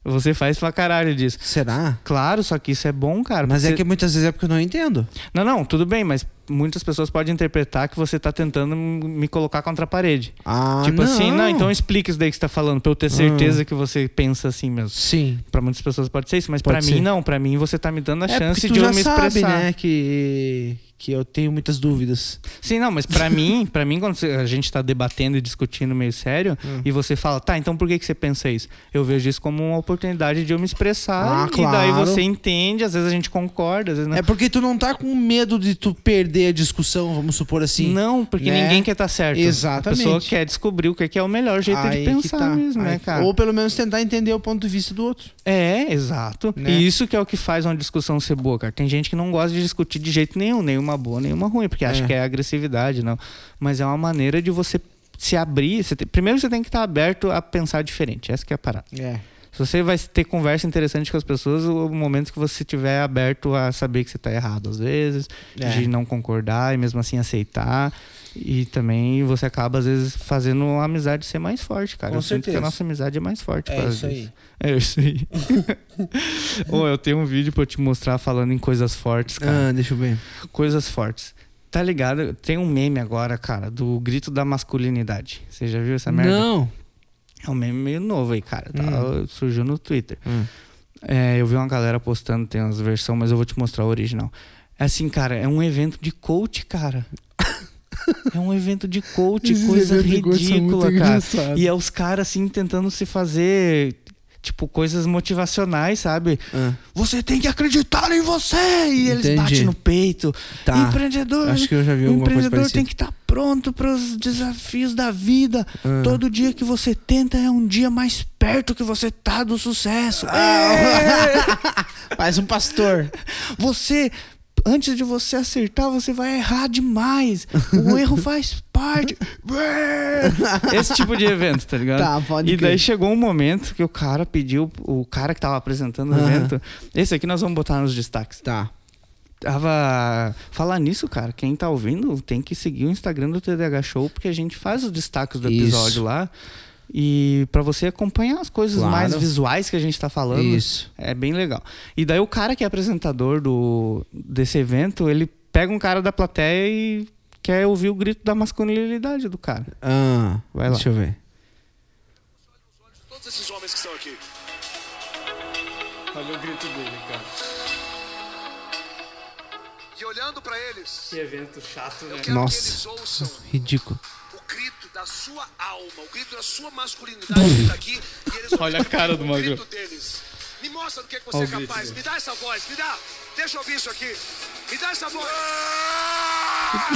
A: Você faz pra caralho disso.
B: Será?
A: Claro, só que isso é bom, cara.
B: Mas é
A: porque-
B: que muitas vezes é porque eu não entendo.
A: Não, não, tudo bem, mas muitas pessoas podem interpretar que você tá tentando me colocar contra a parede.
B: Ah,
A: Tipo assim, não, então explica isso daí que você tá falando, pra eu ter certeza que você pensa assim mesmo.
B: Sim.
A: Pra muitas pessoas pode ser isso, mas
B: Pode
A: pra
B: ser.
A: mim não, pra mim você tá me dando a
B: é
A: chance
B: porque
A: de eu
B: tu já
A: me
B: sabe,
A: expressar.
B: né, que que eu tenho muitas dúvidas.
A: Sim, não, mas pra mim, para mim quando a gente tá debatendo e discutindo meio sério
B: Hum.
A: e você fala, tá, então por que que você pensa isso? Eu vejo isso como uma oportunidade de eu me expressar
B: Ah,
A: e daí
B: claro.
A: você entende, às vezes a gente concorda, às vezes não.
B: É porque tu não tá com medo de tu perder a discussão, vamos supor assim.
A: Não, é porque
B: né?
A: ninguém quer estar certo.
B: Exatamente.
A: A pessoa quer descobrir o que é que é o melhor jeito
B: Aí
A: de
B: que
A: pensar
B: tá.
A: mesmo, né,
B: Aí-
A: cara?
B: Ou pelo menos tentar entender o ponto de vista do outro.
A: É, exato.
B: Né?
A: E isso que é o que faz uma discussão ser boa, cara. Tem gente que não gosta de discutir de jeito nenhum, nenhuma boa, nenhuma ruim, porque acha
B: É.
A: que é agressividade, não. Mas é uma maneira de você se abrir. Você tem- Primeiro você tem que estar aberto a pensar diferente. Essa que é a parada.
B: É.
A: Se você vai ter conversa interessante com as pessoas, o momento que você estiver aberto a saber que você tá errado às vezes,
B: É.
A: de não concordar e mesmo assim aceitar. E também você acaba, às vezes, fazendo a amizade ser mais forte, cara.
B: Com
A: eu sinto que
B: certeza.
A: a nossa amizade é mais forte.
B: É
A: por causa
B: isso aí.
A: disso. É isso aí. Ô, eu tenho um vídeo pra eu te mostrar falando em coisas fortes, cara
B: Ah, deixa eu ver.
A: coisas fortes. Tá ligado? Tem um meme agora, cara, do grito da masculinidade. Você já viu essa merda?
B: Não.
A: É um meme meio novo aí, cara. Tá? Surgiu no Twitter.
B: Hum.
A: É, eu vi uma galera postando, tem umas versões, mas eu vou te mostrar o original. É assim, cara, é um evento de coach, cara. É um evento de coach,
B: Esses
A: coisa
B: eventos de coach são muito
A: ridícula, cara.
B: engraçados.
A: E é os caras, assim, tentando se fazer. tipo, coisas motivacionais, sabe?
B: Ah.
A: Você tem que acreditar em você! E eles
B: Entendi.
A: batem no peito.
B: Tá.
A: Empreendedor,
B: Acho que eu já vi alguma coisa
A: empreendedor tem
B: parecida.
A: que estar pronto para os desafios da vida.
B: Ah.
A: Todo dia que você tenta é um dia mais perto que você tá do sucesso.
B: Ah.
A: É.
B: Faz um pastor.
A: Você, antes de você acertar, você vai errar demais. O erro faz parte. Esse tipo de evento, tá ligado?
B: Tá, pode
A: e
B: crer.
A: daí chegou um momento que o cara pediu, o cara que tava apresentando o
B: Aham.
A: evento. Esse aqui nós vamos botar nos destaques.
B: Tá.
A: Tava. Falar nisso, cara, quem tá ouvindo tem que seguir o Instagram do TDH Show, porque a gente faz os destaques do
B: Isso.
A: episódio lá. E pra você acompanhar as coisas
B: Claro.
A: mais visuais que a gente tá falando.
B: Isso.
A: É bem legal. E daí o cara que é apresentador do, desse evento, ele pega um cara da plateia e quer ouvir o grito da masculinidade do cara.
B: Ah,
A: Vai lá.
B: Deixa eu ver.
G: Todos esses homens que estão aqui.
H: Olha o grito dele, cara.
G: E olhando pra eles,
H: Que evento chato, né?
G: quero
B: Nossa.
G: que eles ouçam
B: Ridículo.
G: o grito da sua alma, o grito da sua masculinidade que tá aqui. E eles
H: Olha a cara do
G: o
H: Magro.
G: grito deles. Me mostra do que, que você
H: Olha
G: é
H: o grito
G: capaz.
H: dele.
G: Me dá essa voz, me dá. Deixa eu ouvir isso aqui. Me dá essa voz.
H: Ah!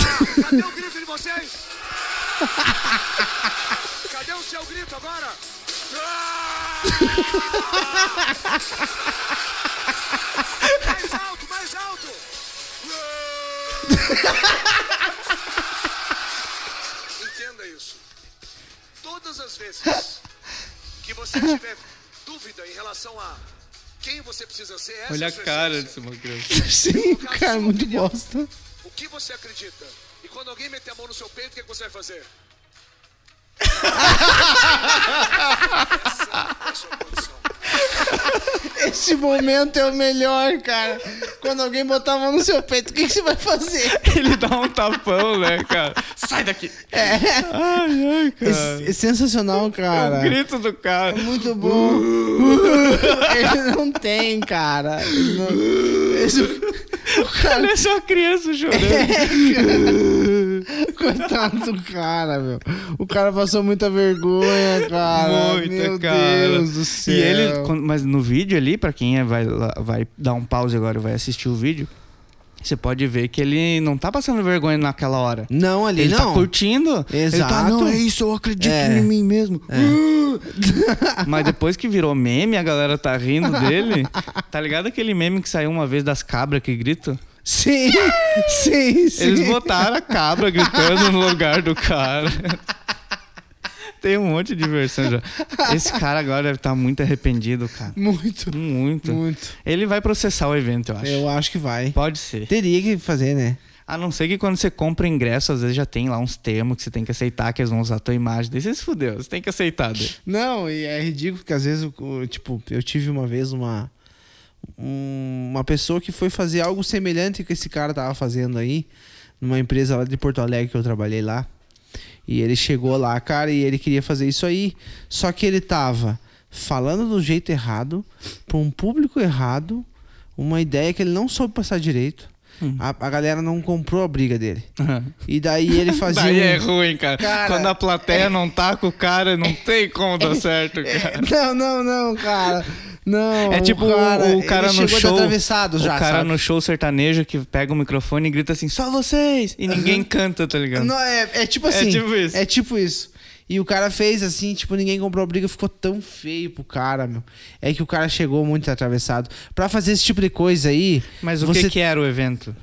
G: Cadê o grito de vocês? Cadê o seu grito agora? Ah! mais alto, mais alto. Entenda isso. Todas as vezes que você tiver dúvida em relação a quem você precisa ser, essa
H: Olha
G: é
H: a
G: sua
H: cara
G: essência.
H: desse magrão.
B: Sim, cara, é muito bosta.
G: O que você acredita? E quando alguém meter a mão no seu peito, o que, que você vai fazer? Essa é a sua condição.
B: Esse momento é o melhor, cara. Quando alguém botar a mão no seu peito, o que, que você vai fazer?
A: Ele dá um tapão, né, cara? Sai daqui! Ai, ai, cara. É
B: É, sensacional, cara.
A: O grito do cara.
B: É um Muito bom. Ele não tem, cara. Ele não- Esse... O cara
A: Olha só a criança chorando.
B: Coitado do cara, meu. O cara passou muita vergonha, cara.
A: Muita,
B: meu
A: cara.
B: Deus do céu.
A: E ele, quando- mas no vídeo ali, pra quem é, vai, lá- vai dar um pause agora e vai assistir o vídeo, você pode ver que ele não tá passando vergonha naquela hora.
B: Não, ali
A: Ele tá
B: não.
A: curtindo. Ele tá,
B: Exato.
A: não, é isso, eu acredito
B: É.
A: em mim mesmo. Mas depois que virou meme, a galera tá rindo dele. Tá ligado aquele meme que saiu uma vez das cabras que gritam?
B: Sim, sim, sim.
A: Eles botaram a cabra gritando no lugar do cara. Tem um monte de versão já. Esse cara agora deve estar muito arrependido, cara.
B: Muito,
A: Muito.
B: muito.
A: Ele vai processar o evento, eu acho.
B: Eu acho que vai.
A: Pode ser.
B: Teria que fazer, né?
A: A não ser que quando você compra ingresso, às vezes já tem lá uns termos que você tem que aceitar, que eles vão usar a tua imagem. Daí você se fudeu, você tem que aceitar. daí.
B: Não, e é ridículo porque às vezes, o- o- tipo, eu tive uma vez uma um- uma pessoa que foi fazer algo semelhante que esse cara tava fazendo aí, numa empresa lá de Porto Alegre que eu trabalhei lá. E ele chegou lá, cara, e ele queria fazer isso aí, só que ele tava falando do jeito errado, pra um público errado, uma ideia que ele não soube passar direito.
A: Hum.
B: A, a galera não comprou a briga dele. E daí ele fazia.
A: Daí é
B: um-
A: ruim, cara.
B: Cara, é-
A: Quando a plateia não tá com o cara, não tem como dar certo, cara.
B: Não, não, não, cara. Não.
A: É tipo o
B: cara,
A: cara, o cara
B: ele
A: no
B: chegou de
A: show.
B: atravessado já,
A: o cara
B: sabe?
A: no show sertanejo que pega o microfone e grita assim, só vocês! E ninguém canta, tá ligado?
B: Não, é, é tipo assim.
A: tipo isso.
B: É tipo isso. E o cara fez assim, tipo, ninguém comprou a briga, ficou tão feio pro cara, meu. É que o cara chegou muito atravessado. Pra fazer esse tipo de coisa aí.
A: Mas o
B: você...
A: que, que era o evento?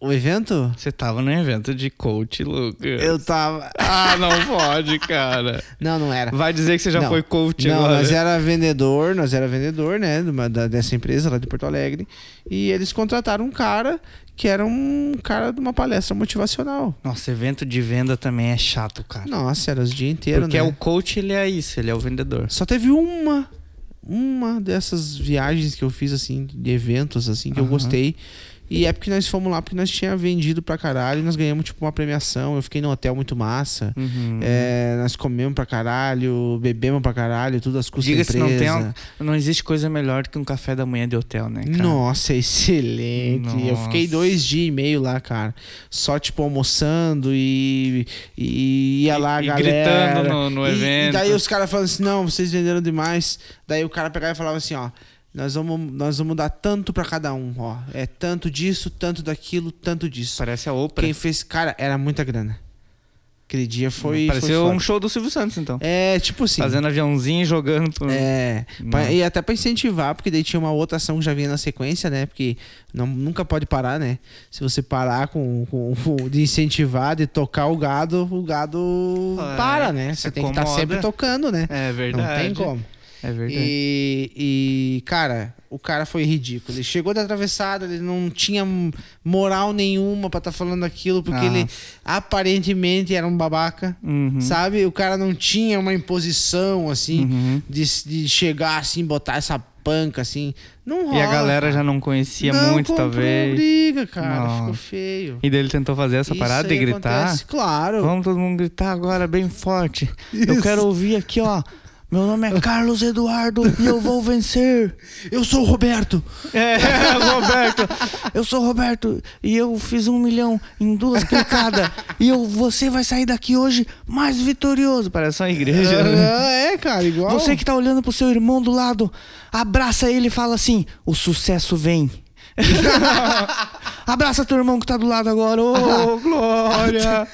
B: O evento?
A: Você tava no evento de coach, Lucas.
B: Eu tava.
A: Ah, não pode, cara.
B: Não, não era.
A: Vai dizer que você já
B: Não.
A: foi coach
B: Não, é-
A: agora.
B: nós era vendedor, nós era vendedor, né, de uma- da- dessa empresa lá de Porto Alegre, e eles contrataram um cara que era um cara de uma palestra motivacional.
A: Nossa, evento de venda também é chato, cara.
B: Nossa, era os dias inteiros,
A: Porque
B: né?
A: o coach, ele é isso, ele é o vendedor.
B: Só teve uma uma dessas viagens que eu fiz assim de eventos assim que eu gostei, E é porque nós fomos lá porque nós tinha vendido pra caralho e nós ganhamos, tipo, uma premiação. Eu fiquei num hotel muito massa.
A: Uhum.
B: É, nós comemos pra caralho, bebemos pra caralho, tudo às custas
A: Diga-se,
B: da
A: não, tem
B: empresa.
A: um- não existe coisa melhor do que um café da manhã de hotel, né, cara?
B: Nossa, excelente. Eu fiquei
A: Nossa.
B: dois dias e meio lá, cara. Só, tipo, almoçando e, e ia lá a
A: e
B: galera.
A: gritando no- no
B: E- E
A: evento.
B: daí os caras falando assim, não, vocês venderam demais. Daí o cara pegava e falava assim, ó... Nós vamos, nós vamos dar tanto pra cada um, ó. É tanto disso, tanto daquilo, tanto disso.
A: Parece a Oprah.
B: Quem fez... Cara, era muita grana. Aquele dia foi... foi
A: Pareceu
B: foda.
A: um show do Silvio Santos, então.
B: É, tipo assim...
A: Fazendo aviãozinho e jogando. pro-
B: É,
A: Hum.
B: pra- e até pra incentivar, porque daí tinha uma outra ação que já vinha na sequência, né? Porque não, nunca pode parar, né? Se você parar com, com- com- de incentivar, de tocar o gado, o gado
A: É,
B: para, né?
A: se
B: Você tem que estar
A: acomoda.
B: sempre tocando, né?
A: É
B: Não
A: verdade.
B: tem como.
A: É verdade.
B: E, e, cara, o cara foi ridículo. Ele chegou da atravessada, ele não tinha moral nenhuma pra estar falando aquilo, porque
A: Ah.
B: ele aparentemente era um babaca,
A: Uhum.
B: sabe? O cara não tinha uma imposição, assim,
A: Uhum.
B: de, de chegar assim, botar essa panca, assim. Não rola.
A: E a galera já não conhecia
B: não
A: muito,
B: comprou
A: talvez.
B: briga, cara.
A: Nossa.
B: Ficou feio.
A: E daí ele tentou fazer essa
B: Isso
A: parada
B: aí
A: de gritar.
B: acontece, Claro.
A: Vamos todo mundo gritar agora bem forte. Eu quero ouvir aqui, ó. Meu nome é Carlos Eduardo e eu vou vencer.
B: Eu sou o Roberto.
A: É, Roberto. Eu sou o Roberto e eu fiz um milhão em duas clicadas. E eu, você vai sair daqui hoje mais vitorioso. Parece uma igreja. né?
B: Ah, é, cara, igual.
A: Você que tá olhando pro seu irmão do lado, abraça ele e fala assim: o sucesso vem. abraça teu irmão que tá do lado agora. Ô, glória!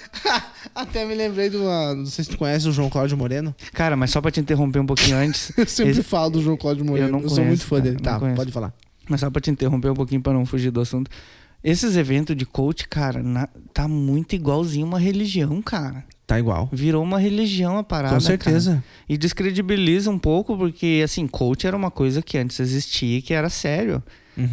B: Até me lembrei do. ah, Não sei se tu conhece o João Cláudio Moreno.
A: Cara, mas só pra te interromper um pouquinho antes.
B: Eu sempre
A: esse-
B: falo do João Cláudio Moreno.
A: Eu
B: Eu,
A: não
B: sou
A: conheço,
B: muito fã
A: cara,
B: dele.
A: não
B: Tá,
A: conheço.
B: pode falar.
A: Mas só pra te interromper um pouquinho pra não fugir do assunto. Esses eventos de coach, cara, na- tá muito igualzinho uma religião, cara.
B: Tá igual.
A: Virou uma religião a parada.
B: Com certeza.
A: cara. E descredibiliza um pouco, porque, assim, coach era uma coisa que antes existia e que era sério.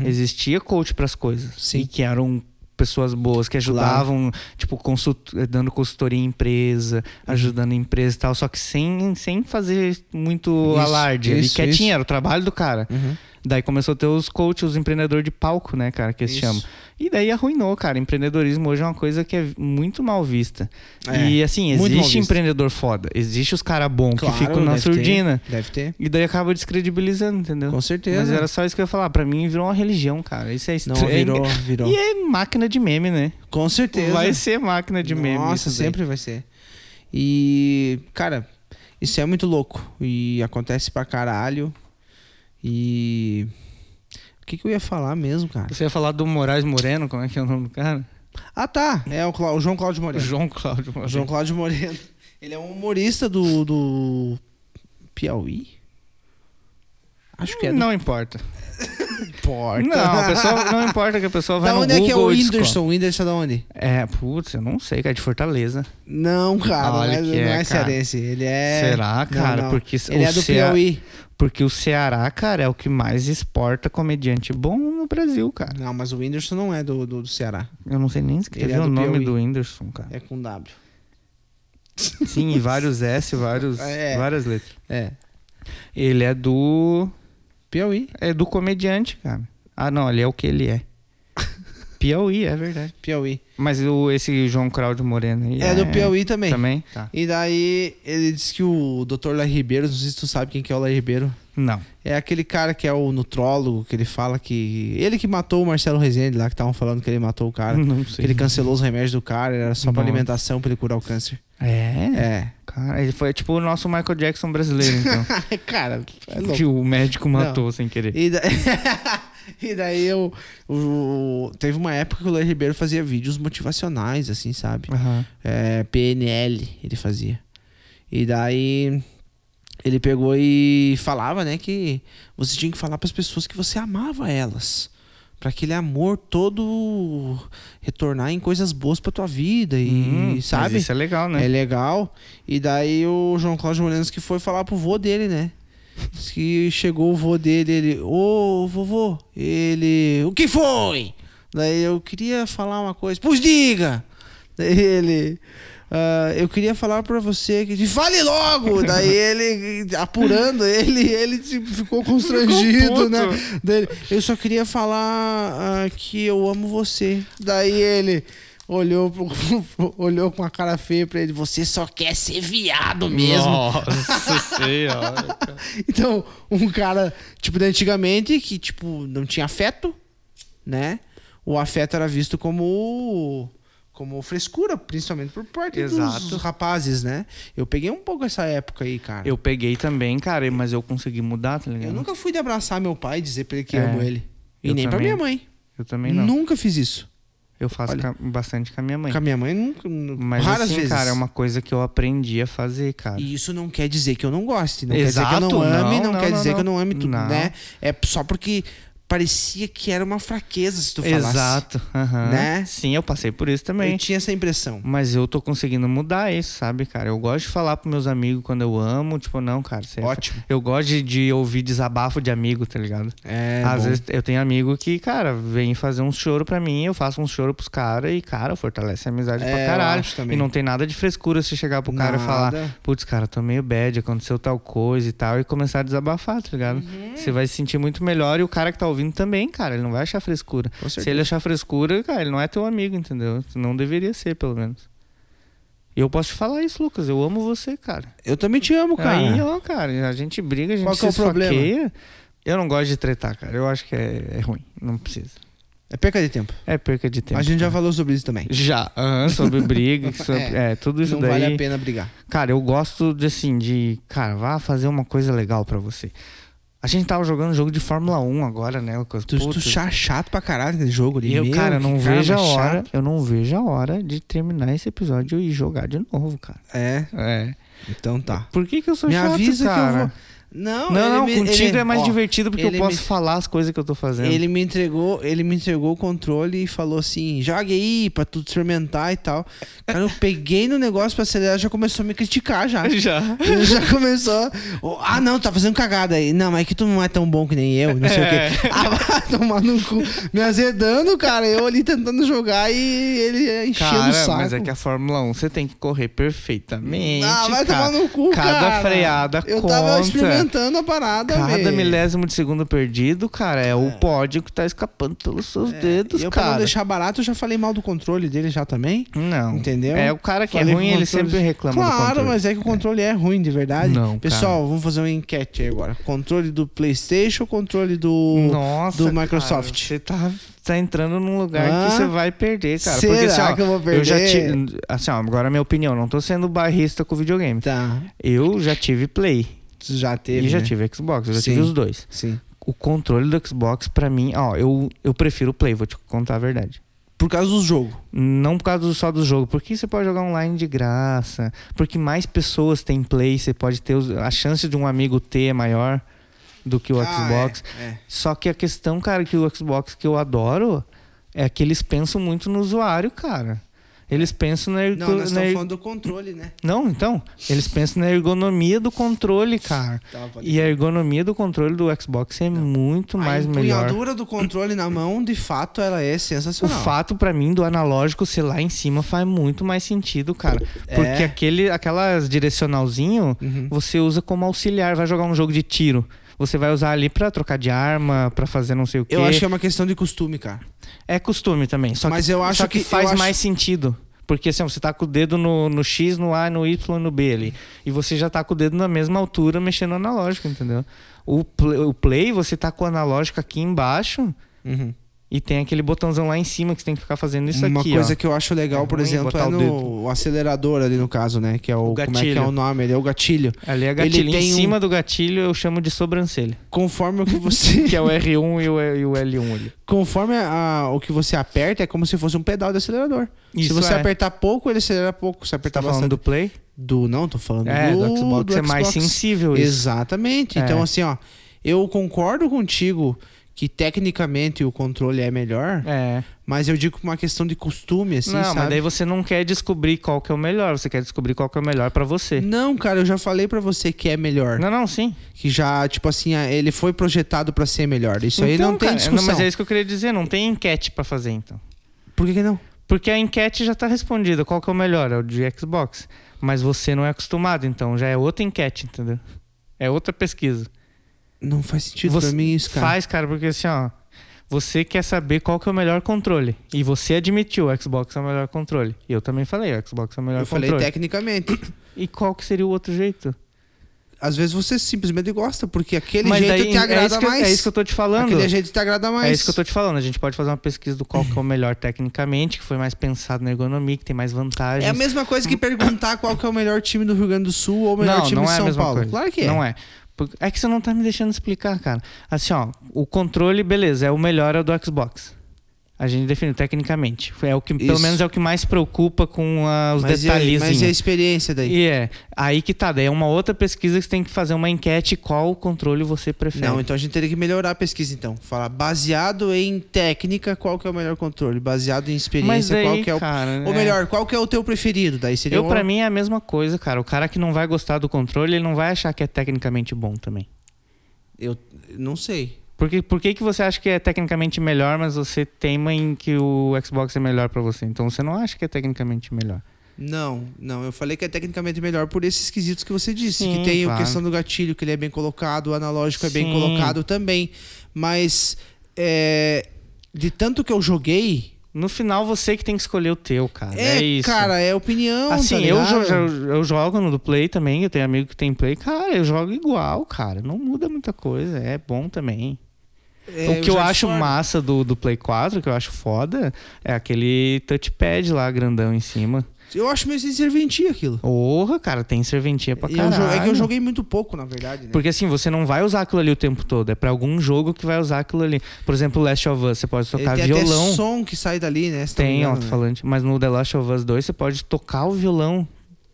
A: Existia coach pras coisas.
B: Uhum. Sim.
A: E que eram pessoas boas que ajudavam, tipo, consult... eh, dando consultoria em empresa,
B: Uhum.
A: ajudando a empresa e tal, só que sem, sem fazer muito
B: Isso,
A: alarde. Ele
B: isso,
A: quietinho,
B: isso. Uhum.
A: era o trabalho do cara. Daí começou a ter os coaches, os empreendedores de palco, né, cara, que eles
B: Isso.
A: chamam. E daí arruinou, cara. Empreendedorismo hoje é uma coisa que é muito mal vista.
B: É,
A: e assim,
B: muito mal
A: existe
B: vista.
A: empreendedor foda, existe os cara bom
B: Claro,
A: que ficam na
B: deve ter,
A: surdina.
B: deve ter.
A: E daí acaba descredibilizando, entendeu?
B: Com certeza.
A: Mas era só isso que eu ia falar. Pra mim virou uma religião, cara. Isso é
B: Não,
A: estra- é
B: virou,
A: engra-
B: virou.
A: E é máquina de meme, né?
B: Com certeza.
A: Vai ser máquina de meme.
B: Nossa,
A: isso daí.
B: sempre vai ser. E, cara, isso é muito louco. E acontece pra caralho. E. O que, que eu ia falar mesmo, cara?
A: Você ia falar do Moraes Moreno, como é que é o nome do cara?
B: Ah, tá. É o, Clá- o João Cláudio Moreno.
A: João Cláudio
B: O
A: Moreno.
B: João Cláudio Moreno. Ele é um humorista do. do Piauí? Acho que é. do
A: Não importa.
B: importa.
A: Não, a pessoa, não importa que a pessoa vai
B: da
A: no
B: onde é que é o
A: Google e descobre.
B: Whindersson? O Whindersson é da onde?
A: É, putz, eu não sei, cara, de Fortaleza.
B: Não, cara,
A: Olha
B: não é,
A: que
B: não
A: é, cara.
B: é cearense. Ele é.
A: Será,
B: Não,
A: cara?
B: não.
A: Porque
B: Ele
A: o
B: é do
A: Cea-
B: Piauí.
A: Porque o Ceará, cara, é o que mais exporta comediante bom no Brasil, cara.
B: Não, mas o Whindersson não é do, do, do Ceará.
A: Eu não sei nem escrever
B: Ele é
A: o
B: do
A: nome
B: Piauí.
A: do Whindersson, cara.
B: É com W.
A: Sim, e vários S, vários,
B: É.
A: várias letras.
B: É.
A: Ele é do.
B: Piauí.
A: É do comediante, cara. Ah, não, ele é o que ele é. Piauí, é verdade.
B: Piauí.
A: Mas o, esse João Cláudio Moreno aí.
B: É, do Piauí também.
A: Também? Tá.
B: E daí ele disse que o Dr. Lai Ribeiro, não sei se tu sabe quem que é o Lai Ribeiro.
A: Não.
B: É aquele cara que é o nutrólogo, que ele fala que. Ele que matou o Marcelo Rezende lá, que estavam falando que ele matou o cara.
A: Não
B: que
A: sei.
B: ele cancelou os remédios do cara, era só pra
A: Uhum, Nossa.
B: alimentação pra ele curar o câncer.
A: É?
B: É.
A: Cara, ele foi tipo o nosso Michael Jackson brasileiro, então.
B: cara, é louco.
A: que o médico matou sem querer.
B: E, da- e daí eu. o- Teve uma época que o Léo Ribeiro fazia vídeos motivacionais, assim, sabe?
A: Aham.
B: É, PNL ele fazia. E daí ele pegou e falava, né, que você tinha que falar pras pessoas que você amava elas. Pra aquele amor todo retornar em coisas boas pra tua vida. E,
A: Hum, mas
B: sabe?
A: Isso é legal, né?
B: É legal. E daí o João Cláudio Moreno disse que foi falar pro vô dele, né? Diz que chegou o vô dele, ele, ô vovô, ele, o que foi? Daí eu queria falar uma coisa, pois diga! Daí ele, ah, eu queria falar pra você que. Fale logo! Daí ele, apurando ele, ele tipo, ficou constrangido,
A: puto.
B: né? Daí ele, eu só queria falar ah, que eu amo você. Daí ele olhou, pro- olhou com uma cara feia pra ele: Você só quer ser viado mesmo.
A: Nossa senhora.
B: Então, um cara, tipo, de antigamente, que, tipo, não tinha afeto, né? O afeto era visto como como frescura, principalmente por parte
A: Exato.
B: dos rapazes, né? Eu peguei um pouco essa época aí, cara. Eu,
A: Eu peguei também, cara, mas eu consegui mudar, tá ligado?
B: nunca fui de abraçar meu pai e dizer pra ele que
A: É.
B: amo ele. E
A: Eu
B: nem pra
A: também.
B: minha mãe.
A: Eu também não.
B: Nunca fiz isso.
A: Eu faço
B: Olha.
A: ca- bastante com a minha mãe.
B: Com a minha mãe, nunca,
A: Mas
B: raras
A: assim,
B: vezes.
A: cara, é uma coisa que eu aprendi a fazer, cara.
B: E isso não quer dizer que eu não goste, não quer dizer que eu
A: Exato,
B: não ame, não,
A: não,
B: quer
A: não,
B: dizer
A: não.
B: que eu não ame tudo,
A: Não.
B: né? É só porque parecia que era uma fraqueza se tu falasse.
A: Exato. aham.
B: Né?
A: Sim, eu passei por isso também.
B: Eu tinha essa impressão.
A: Mas eu tô conseguindo mudar isso, sabe, cara? Eu gosto de falar pros meus amigos quando eu amo. Tipo, não, cara. Você
B: Ótimo.
A: Eu gosto de, de ouvir desabafo de amigo, tá ligado?
B: É,
A: Às
B: bom.
A: vezes eu tenho amigo que, cara, vem fazer um choro pra mim, eu faço um choro pros caras e, cara, fortalece a amizade
B: É,
A: pra
B: eu
A: caralho.
B: acho também.
A: E não tem nada de frescura se chegar pro cara e
B: Nada.
A: falar, putz, cara, tô meio bad, aconteceu tal coisa e tal, e começar a desabafar, tá ligado?
B: Uhum.
A: Você vai se sentir muito melhor e o cara que tá ouvindo também, cara, ele não vai achar frescura.
B: Com certeza.
A: Se ele achar frescura, cara, ele não é teu amigo, entendeu? Não deveria ser, pelo menos. E eu posso te falar isso, Lucas. Eu amo você, cara.
B: Eu também te amo, cara.
A: Aí, ó, cara, a gente briga, a gente
B: Qual que
A: se
B: é o problema?
A: esfaqueia. Eu não gosto de tretar, cara. Eu acho que é, é ruim. Não precisa.
B: É perca de tempo.
A: É perca de tempo.
B: a gente já
A: cara.
B: falou sobre isso também.
A: Já, aham, sobre briga, sobre, é, tudo isso
B: não
A: daí.
B: vale a pena brigar.
A: Cara, eu gosto de assim, de. Cara, vá fazer uma coisa legal pra você. A gente tava jogando jogo de Fórmula 1 agora, né, Lucas?
B: Tu, tu
A: Puta,
B: cha- chato pra caralho aquele jogo ali.
A: eu,
B: Meu,
A: cara, eu
B: que
A: não vejo a
B: mais
A: hora.
B: chato.
A: Eu não vejo a hora de terminar esse episódio e jogar de novo, cara.
B: É,
A: É.
B: então tá.
A: Por que, que eu sou
B: Me
A: chato,
B: avisa
A: cara?
B: que eu vou. Não,
A: Não,
B: ele
A: não,
B: me-
A: contigo
B: ele-
A: é mais
B: ó,
A: divertido porque eu
B: ele
A: posso
B: me-
A: falar as coisas que eu tô fazendo.
B: Ele me entregou, ele me entregou o controle e falou assim: "Jogue aí pra tu fermentar e tal". Cara, eu peguei no negócio pra acelerar, já começou a me criticar já.
A: Já.
B: Ele já começou. "Oh, ah, não, tá fazendo cagada aí. Não, mas é que tu não é tão bom que nem eu, não sei
A: É.
B: o quê. Ah, vai tomar no cu. Me azedando, cara. Eu ali tentando jogar e ele enchendo
A: Cara,
B: o saco.
A: mas é que a Fórmula 1 você tem que correr perfeitamente.
B: Ah, vai
A: cara.
B: tomar no cu,
A: Cada
B: cara.
A: freada
B: Eu
A: conta.
B: tava experimentando a parada,
A: Cada
B: velho.
A: milésimo de segundo perdido, cara, é, o pódio que tá escapando pelos seus dedos,
B: É, Eu, pra não
A: cara.
B: deixar barato, eu já falei mal do controle dele já também.
A: Não.
B: Entendeu?
A: É o cara que
B: Falei
A: é
B: que
A: ruim,
B: o
A: ele
B: controle-
A: sempre reclama do
B: Claro,
A: controle.
B: mas é que o controle é, ruim de verdade.
A: Não,
B: Pessoal,
A: cara.
B: vamos fazer uma enquete aí agora. Controle do PlayStation ou controle do
A: Nossa,
B: do
A: cara,
B: Microsoft?
A: você tá, tá entrando num lugar
B: Hã?
A: que você vai perder, cara. Porque,
B: Será
A: assim, ó,
B: que eu vou
A: já
B: perder?
A: ti- assim, ó, agora é minha opinião, não tô sendo barrista com videogame.
B: Tá.
A: Eu já tive Play.
B: Tu já teve,
A: e já
B: né?
A: tive Xbox, eu já
B: Sim.
A: tive os dois.
B: Sim.
A: O controle do Xbox, pra mim, ó, eu, eu prefiro o Play, vou te contar a verdade.
B: Por causa do jogo.
A: Não por causa do- só do jogo, porque você pode jogar online de graça, porque mais pessoas têm Play, você pode ter os- a chance de um amigo ter é maior do que o Xbox.
B: É, é.
A: Só que a questão, cara, que o Xbox que eu adoro é que eles pensam muito no usuário, cara. Eles pensam na, ergo-
B: É. Não, nós
A: na
B: estamos
A: er-
B: falando do controle, né?
A: não, então, eles pensam na ergonomia do controle, cara.
B: Tá, pode
A: E a ergonomia do controle do Xbox é muito mais
B: a
A: melhor.
B: empunhadura do controle na mão, de fato, ela é
A: O
B: sensacional.
A: fato pra mim do analógico ser lá em cima faz muito mais sentido, cara.
B: É. Uhum.
A: Porque aquele, aquelas direcionalzinho você usa como auxiliar, vai jogar um jogo de tiro. Você vai usar ali pra trocar de arma, pra fazer não sei o quê.
B: Eu acho que é uma questão de costume, cara.
A: É costume também, só
B: Mas
A: que,
B: eu acho
A: só que,
B: que- eu
A: faz
B: acho-
A: mais sentido. Porque assim, ó, você tá com o dedo no, no X, no A, no Y, no B ali. E você já tá com o dedo na mesma altura mexendo no analógico, entendeu? O play, o play você tá com o analógico aqui embaixo e tem aquele botãozão lá em cima que você tem que ficar fazendo isso
B: Uhum. uma
A: aqui,
B: coisa
A: ó.
B: que eu acho legal,
A: É
B: por
A: ruim
B: exemplo,
A: botar
B: é
A: o
B: no
A: dedo.
B: o acelerador ali no caso, né? Que é o,
A: O
B: como é que é
A: gatilho.
B: o nome? Ele é o gatilho.
A: Ali é
B: Ele
A: gatilho. Em
B: tem um-
A: cima do gatilho eu chamo de sobrancelha.
B: Conforme o que você,
A: Que é o R1 e o, e o L1 ali.
B: conforme a- o que você aperta é como se fosse um pedal de acelerador. se
A: Isso
B: você
A: é.
B: apertar pouco, ele acelera pouco. Se
A: Tá
B: apertar
A: falando do
B: bastante
A: play?
B: do... não, tô falando
A: É, do
B: do
A: Xbox
B: do
A: é mais
B: Xbox.
A: sensível isso.
B: Exatamente. Então
A: É.
B: assim, ó, eu concordo contigo que tecnicamente o controle é melhor,
A: É.
B: mas eu digo uma questão de costume assim,
A: não,
B: sabe?
A: mas daí você não quer descobrir qual que é o melhor, você quer descobrir qual que é o melhor pra você.
B: Não, cara, eu já falei pra você que é melhor.
A: Não, não, sim.
B: que já, tipo assim, ah, ele foi projetado pra ser melhor. Isso aí
A: Então,
B: não tem
A: cara,
B: discussão.
A: mas é isso que eu queria dizer, não tem enquete pra fazer então.
B: Por que, que não?
A: Porque a enquete já tá respondida. Qual que é o melhor? É o de Xbox. Mas você não é acostumado, então já é outra enquete, entendeu? É outra pesquisa.
B: Não faz sentido pra mim isso, cara.
A: Faz, cara, porque assim, ó. Você quer saber qual que é o melhor controle. E você admitiu o Xbox é o melhor controle. E eu também falei, o Xbox é o melhor
B: Eu
A: controle.
B: falei tecnicamente.
A: E qual que seria o outro jeito?
B: Às vezes você simplesmente gosta, porque aquele jeito
A: é,
B: te agrada
A: isso que, eu-
B: mais.
A: é isso que eu tô te falando.
B: Aquele jeito te agrada mais.
A: É isso que eu tô te falando. A gente pode fazer uma pesquisa do qual que é o melhor tecnicamente, que foi mais pensado na ergonomia, que tem mais vantagens.
B: É a mesma coisa que perguntar qual que é o melhor time do Rio Grande do Sul ou o melhor
A: não,
B: time
A: não
B: de
A: é a
B: São
A: mesma
B: Paulo.
A: Coisa.
B: Claro que é.
A: Não é. Por- É que você não tá me deixando explicar, cara. Assim, ó, o controle, beleza, é o melhor é o do Xbox. A gente definiu tecnicamente. É o que, pelo
B: Isso.
A: menos é o que mais preocupa com ah, os
B: Mas e, é a,
A: detalhezinhos.
B: mas e a experiência daí?
A: E é, aí que tá, daí é uma outra pesquisa que você tem que fazer uma enquete qual controle você prefere.
B: Não, então a gente teria que melhorar a pesquisa, então. Falar baseado em técnica, qual que é o melhor controle? Baseado em
A: Mas
B: experiência,
A: daí,
B: qual que é o...
A: cara,
B: Ou
A: é.
B: melhor, qual que é o teu preferido? Daí seria
A: Eu,
B: o-
A: pra mim, é a mesma coisa, cara. O cara que não vai gostar do controle, ele não vai achar que é tecnicamente bom também.
B: Eu não sei.
A: Por que, por que, que você acha que é tecnicamente melhor, mas você teima em que o Xbox é melhor pra você? Então você não acha que é tecnicamente melhor.
B: Não, não. Eu falei que é tecnicamente melhor por esses quesitos que você disse.
A: Sim,
B: que tem a
A: claro.
B: questão do gatilho, que ele é bem colocado, o analógico é bem
A: Sim.
B: colocado também. Mas é, de tanto que eu joguei,
A: No final, você que tem que escolher o teu, cara. É,
B: é,
A: isso.
B: cara, é opinião.
A: assim,
B: tá
A: eu,
B: ligado?
A: jo- jo- eu jogo no do Play também, eu tenho amigo que tem Play. Cara, eu jogo igual, cara. Não muda muita coisa, é bom também.
B: É,
A: o que eu,
B: já
A: acho
B: discordo.
A: massa do, do Play 4, que eu acho foda, é aquele touchpad lá, grandão em cima.
B: Eu acho meio sem serventia aquilo.
A: Porra, cara, tem serventia pra
B: E eu
A: caralho.
B: jo- é que eu joguei muito pouco, na verdade. Né?
A: Porque assim, você não vai usar aquilo ali o tempo todo. É pra algum jogo que vai usar aquilo ali. Por exemplo, Last of Us, você pode
B: Ele
A: tocar
B: tem até
A: tá violão.
B: som que sai dali, né? se não me
A: Tem
B: engano, né?
A: alto-falante. Mas no The Last of Us 2, você pode tocar o violão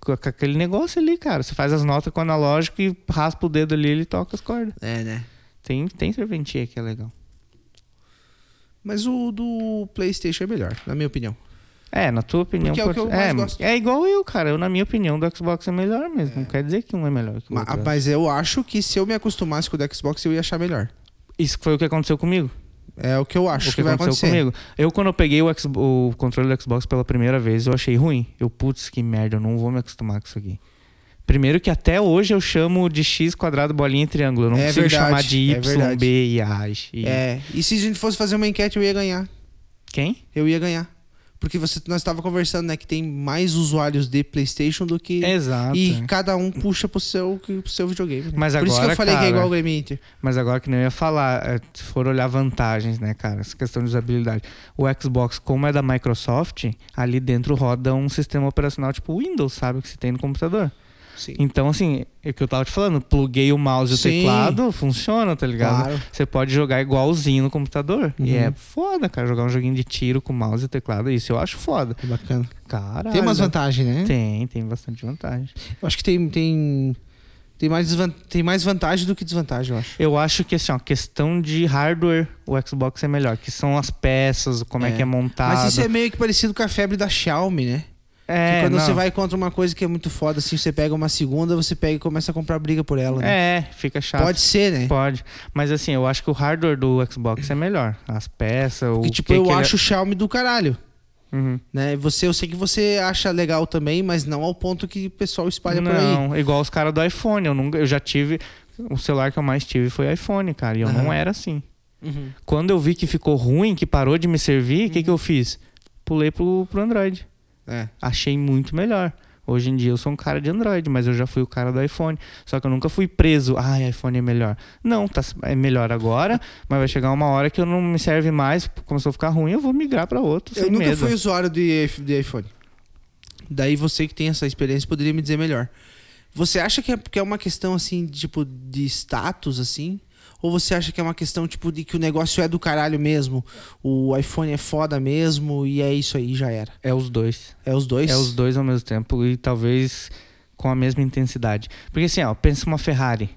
A: com com aquele negócio ali, cara. Você faz as notas com o analógico e raspa o dedo ali ele toca as cordas.
B: É, né?
A: Tem, tem serventia que é legal.
B: Mas o do PlayStation é melhor, na minha opinião.
A: É, na tua opinião.
B: Porque é o que eu
A: pode-
B: mais gosto.
A: é igual eu, cara. Eu, na minha opinião, do Xbox é melhor mesmo. Não quer dizer que um é melhor que o
B: Ma-
A: outro.
B: Mas eu acho que se eu me acostumasse com o do Xbox, eu ia achar melhor.
A: Isso foi o que aconteceu comigo.
B: É o que eu acho
A: o
B: que,
A: que,
B: vai
A: aconteceu
B: acontecer.
A: comigo. Eu, quando eu peguei o, X- o controle do Xbox pela primeira vez, eu achei ruim. Eu, putz, que merda, eu não vou me acostumar com isso aqui. Primeiro que até hoje eu chamo de x quadrado, bolinha e triângulo. Eu não
B: É
A: consigo
B: verdade,
A: chamar de
B: é
A: y,
B: verdade.
A: b e a. E...
B: É, e se a gente fosse fazer uma enquete, eu ia ganhar.
A: Quem?
B: Eu ia ganhar. Porque você, nós estávamos conversando, né, que tem mais usuários de PlayStation do que.
A: Exato.
B: E cada um puxa pro seu, pro seu videogame. né?
A: Mas
B: Por isso que eu
A: agora,
B: falei que é
A: cara,
B: igual o Grêmio e Inter.
A: Mas agora que nem eu ia falar, é, se for olhar vantagens, né, cara? Essa questão de usabilidade. O Xbox, como é da Microsoft, ali dentro roda um sistema operacional tipo Windows, sabe? Que se tem no computador.
B: Sim.
A: Então, assim, é o que eu tava te falando, pluguei o mouse e o
B: Sim.
A: teclado, funciona, tá ligado?
B: Claro.
A: Você pode jogar igualzinho no computador. E
B: Uhum.
A: é foda, cara, jogar um joguinho de tiro com mouse e teclado, isso eu acho foda.
B: Bacana.
A: Caralho.
B: Tem umas
A: né?
B: vantagens, né?
A: Tem, tem bastante vantagem.
B: Eu acho que tem. Tem, tem, mais, desvan- tem mais vantagem do que desvantagem, eu acho.
A: Eu acho que, assim, ó, questão de hardware, o Xbox é melhor, que são as peças, como é,
B: É.
A: que é montado.
B: Mas isso é meio que parecido com a febre da Xiaomi, né?
A: É,
B: que quando
A: não.
B: você vai contra uma coisa que é muito foda, assim, você pega uma segunda, você pega e começa a comprar briga por ela, né?
A: É, fica chato.
B: Pode ser, né?
A: Pode. Mas assim, eu acho que o hardware do Xbox é melhor. As peças, o
B: Porque, tipo, eu
A: que ele-
B: acho o Xiaomi do caralho.
A: Uhum.
B: Né? Você, eu sei que você acha legal também, mas não ao ponto que o pessoal espalha por aí.
A: Não, igual os caras do iPhone. Eu, nunca, eu já tive. O celular que eu mais tive foi iPhone, cara. E eu não era assim.
B: Uhum.
A: Quando eu vi que ficou ruim, que parou de me servir, o que, que eu fiz? Pulei pro, pro Android.
B: É.
A: Achei muito melhor. Hoje em dia eu sou um cara de Android, mas eu já fui o cara do iPhone. Só que eu nunca fui preso. Ah, iPhone é melhor. Não, tá, é melhor agora, mas vai chegar uma hora que eu não me serve mais. Começou a ficar ruim, eu vou migrar pra outro.
B: Eu
A: sem
B: nunca
A: medo.
B: fui usuário de, if- de iPhone. Daí você que tem essa experiência poderia me dizer melhor. Você acha que é, que é uma questão assim, tipo, de status, assim? Ou você acha que é uma questão, tipo, de que o negócio é do caralho mesmo? O iPhone é foda mesmo e é isso aí, já era.
A: É os dois.
B: É os dois?
A: É os dois ao mesmo tempo e talvez com a mesma intensidade. Porque assim, ó, pensa uma Ferrari.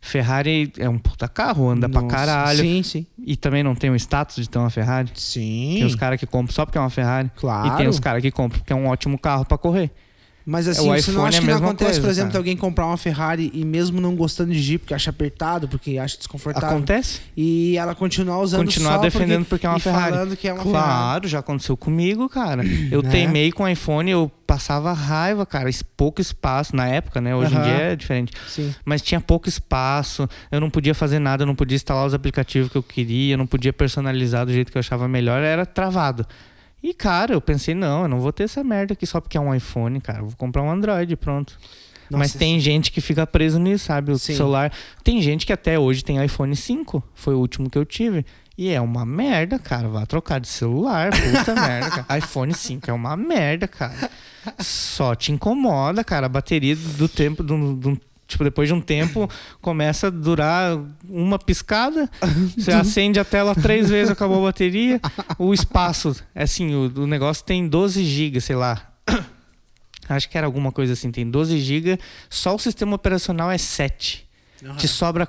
A: Ferrari é um puta carro, anda pra
B: Nossa,
A: caralho.
B: Sim, sim.
A: E também não tem o status de ter uma Ferrari.
B: Sim.
A: Tem os caras que compram só porque é uma Ferrari.
B: Claro.
A: E tem os caras que compram porque é um ótimo carro pra correr.
B: Mas assim,
A: o
B: você não
A: iPhone é
B: acha
A: a
B: que não
A: mesma
B: acontece,
A: coisa,
B: por exemplo,
A: cara.
B: de alguém comprar uma Ferrari e mesmo não gostando de Jeep, porque acha apertado, porque acha desconfortável.
A: Acontece?
B: E ela continuar usando
A: Continuar
B: só
A: defendendo porque, é uma
B: e
A: Ferrari.
B: falando que é uma Ferrari.
A: claro, já aconteceu comigo, cara. Eu
B: Né?
A: teimei com o iPhone, eu passava raiva, cara. es- Pouco espaço na época, né? Hoje em
B: Aham.
A: dia é diferente.
B: Sim.
A: Mas tinha pouco espaço, eu não podia fazer nada, eu não podia instalar os aplicativos que eu queria, eu não podia personalizar do jeito que eu achava melhor, era travado. E, cara, eu pensei, não, eu não vou ter essa merda aqui só porque é um iPhone, cara. Eu vou comprar um Android, pronto.
B: Nossa,
A: Mas tem gente que fica preso nisso, sabe? O
B: Sim.
A: celular. Tem gente que até hoje tem iPhone 5, foi o último que eu tive. E é uma merda, cara. Vá trocar de celular, puta merda, cara. iPhone 5 é uma merda, cara. Só te incomoda, cara. A bateria do tempo, do, do- tipo, depois de um tempo, começa a durar uma piscada. Você acende a tela três vezes, acabou a bateria. O espaço, assim, o, o negócio tem 12 GB, sei lá. Acho que era alguma coisa assim, tem 12 GB, só o sistema operacional é 7. Te sobra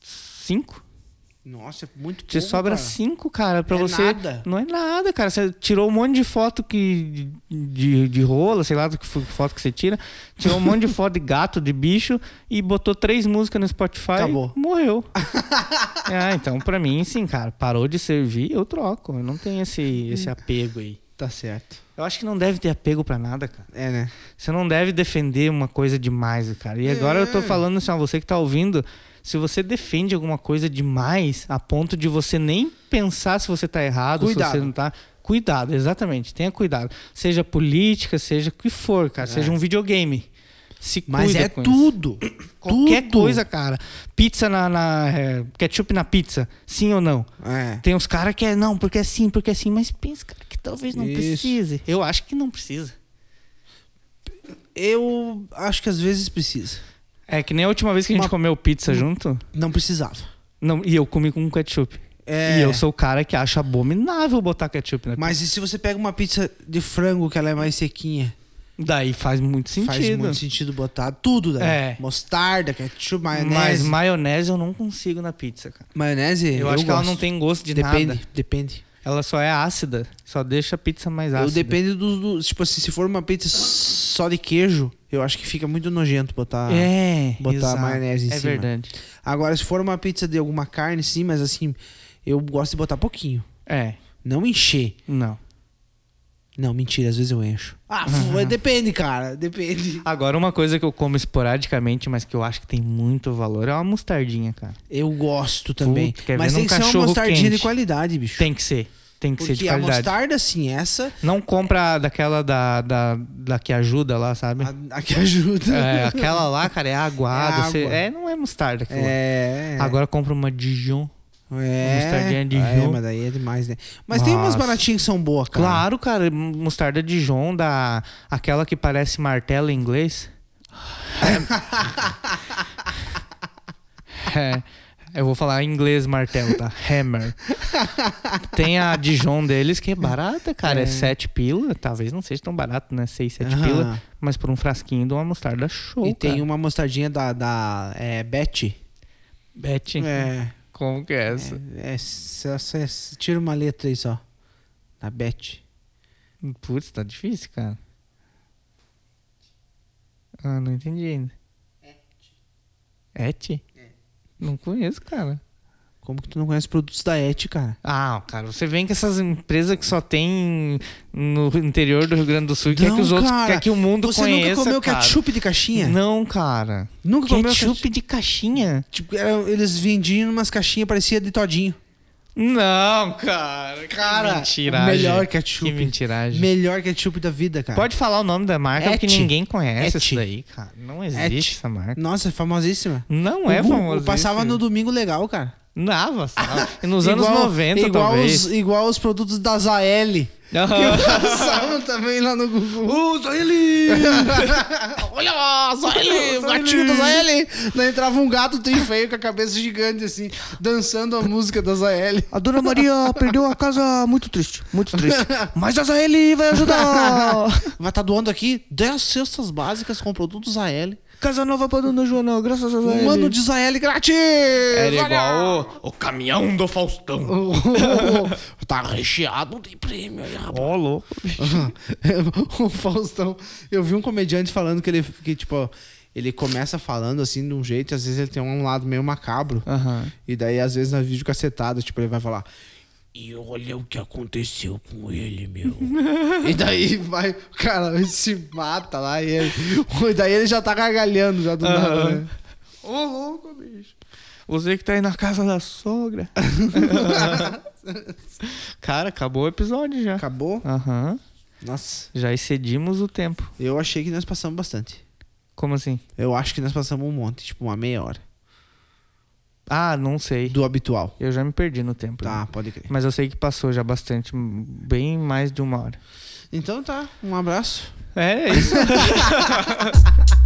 A: 5?
B: Nossa, é muito
A: Te
B: pouco,
A: sobra
B: cara.
A: 5, cara, pra
B: É
A: você.
B: nada.
A: Não é nada, cara. Você tirou um monte de foto que de, de rola, sei lá do que fo- foto que você tira. Tirou um monte de foto de gato, de bicho e botou três músicas no Spotify.
B: Acabou.
A: Morreu. ah, então pra mim sim, cara, parou de servir, eu troco. Eu não tenho esse esse apego aí.
B: Hum. Tá certo.
A: Eu acho que não deve ter apego pra nada, cara.
B: É, né?
A: Você não deve defender uma coisa demais, cara. E agora
B: É.
A: eu tô falando assim, ó, você que tá ouvindo, se você defende alguma coisa demais, a ponto de você nem pensar se você tá errado,
B: Cuidado.
A: se você não tá. Cuidado, exatamente. Tenha cuidado. Seja política, seja o que for, cara. Seja um videogame. Se
B: É. Mas
A: cuida
B: é
A: com isso.
B: tudo.
A: Qualquer
B: tudo.
A: coisa, cara. Pizza na. na é, ketchup na pizza. Sim ou não?
B: É.
A: Tem uns caras que é, não, porque é sim, porque é sim. Mas pensa, cara, que talvez não
B: Isso.
A: precise. Eu acho que não precisa.
B: Eu acho que às vezes precisa.
A: É que nem a última vez que a gente
B: Uma- hum.
A: comeu pizza junto.
B: Não precisava.
A: Não, e eu comi com ketchup.
B: É.
A: E eu sou o cara que acha abominável botar ketchup na pizza.
B: Mas e se você pega uma pizza de frango que ela é mais sequinha?
A: Daí faz muito sentido.
B: Faz muito sentido botar tudo, né?
A: É.
B: Mostarda, ketchup,
A: Mas
B: maionese.
A: maionese eu não consigo na pizza, cara.
B: Maionese,
A: Eu, acho que ela
B: gosto.
A: não tem gosto de
B: Depende,
A: nada.
B: depende.
A: Ela só é ácida. Só deixa a pizza mais ácida.
B: Eu depende dos. Do, tipo assim, se for uma pizza só de queijo, eu acho que fica muito nojento botar.
A: É,
B: botar
A: exato.
B: maionese em
A: é
B: cima.
A: verdade.
B: Agora, se for uma pizza de alguma carne, sim, mas assim, eu gosto de botar pouquinho.
A: É,
B: Não encher.
A: não.
B: Não, mentira, às vezes eu encho. Ah, f- depende, cara. Depende.
A: Agora, uma coisa que eu como esporadicamente, mas que eu acho que tem muito valor, é uma mostardinha, cara.
B: Eu gosto também.
A: Puta, quer
B: mas
A: ver
B: tem
A: num
B: que ser uma
A: cachorro
B: mostardinha
A: quente.
B: de qualidade, bicho.
A: Tem que ser. Tem que
B: Porque
A: ser de
B: a
A: qualidade.
B: mostarda, assim, essa,
A: Não compra a daquela da, da, da que ajuda lá, sabe?
B: a, a que ajuda.
A: É, aquela lá, cara, é aguada.
B: É
A: você-
B: água.
A: é, não é mostarda. aquilo lá.
B: É.
A: Agora compra uma Dijon.
B: É.
A: Mostardinha de
B: é,
A: Gil.
B: mas daí é demais, né? Mas tem umas
A: Nossa.
B: baratinhas que são boas, cara.
A: Claro, cara, mostarda Dijon, da, aquela que parece martelo em inglês. É, eu vou falar em inglês martelo, tá? Hammer. Tem a Dijon deles que é barata, cara. É 7 pila. Talvez não seja tão barato, né? 6, 7
B: Aham.
A: pila. Mas por um frasquinho de uma mostarda show.
B: E tem
A: cara.
B: uma mostardinha da, da é, Betty.
A: Bet.
B: É.
A: Como que é essa?
B: é só- só- só- tira uma letra aí só. Da Betty.
A: Putz, tá difícil, cara. Ah, não entendi ainda. Et?
B: É.
A: Não conheço, cara.
B: Como que tu não conhece produtos da Et, cara?
A: Ah, cara, você vem com essas empresas que só tem no interior do Rio Grande do Sul e quer que os outros,
B: cara.
A: quer que o mundo
B: Você
A: conheça,
B: nunca comeu
A: cara.
B: ketchup de caixinha?
A: Não, cara.
B: Nunca comeu
A: ketchup de caixinha?
B: Tipo, era- eles vendiam umas caixinhas parecia de todinho.
A: Não, cara.
B: Cara,
A: que mentiragem.
B: melhor ketchup.
A: Que mentiragem.
B: Melhor ketchup da vida, cara.
A: É, Pode falar o nome da marca porque
B: Et.
A: ninguém conhece
B: Et.
A: isso daí, cara. Não
B: Et.
A: existe essa marca.
B: Nossa, é famosíssima.
A: Não é
B: O Gu-
A: famoso.
B: Eu passava
A: isso.
B: no domingo legal, cara.
A: Nava, sabe? E nos anos
B: Igual-
A: 90,
B: igual
A: talvez.
B: Os, igual os produtos da Zael.
A: Aham.
B: Passavam também lá no Google.
A: Ô, Zaeli!
B: Olha, Zael, o gatinho da Zael. Daí entrava um gato tri feio com a cabeça gigante, assim, dançando a música da Zael.
A: A dona Maria perdeu a casa muito triste, muito triste. Mas a Zaeli vai ajudar!
B: tá Vai estar doando aqui 10 cestas básicas com produtos Zael.
A: Casanova abandonou o jornal, graças a Deus.
B: Mano de Zael grátis!
A: Era
B: olha!
A: igual
H: O caminhão do Faustão.
B: tá recheado de prêmio aí, rapaz.
A: o... Ó, louco.
B: o Faustão. Eu vi um comediante falando que ele, que, tipo, ele começa falando assim de um jeito, e às vezes ele tem um lado meio macabro.
A: Aham.
B: E daí, às vezes, na vídeo cacetada, tipo, ele vai falar.
H: E olha o que aconteceu com ele, meu.
B: E daí vai, cara, ele se mata lá e ele. E daí ele já tá gargalhando já do nada, né?
A: Ô, louco, bicho. Você que tá aí na casa da sogra. Cara, acabou o episódio já.
B: Acabou?
A: Aham.
B: Nossa.
A: Já excedimos o tempo.
B: Eu achei que nós passamos bastante.
A: Como assim?
B: Eu acho que nós passamos um monte, tipo, uma meia hora.
A: Ah, não sei.
B: Do habitual.
A: Eu já me perdi no tempo. né?
B: Tá, pode crer.
A: Mas eu sei que passou já bastante, m- bem mais de uma hora.
B: Então tá, um abraço.
A: É, é isso.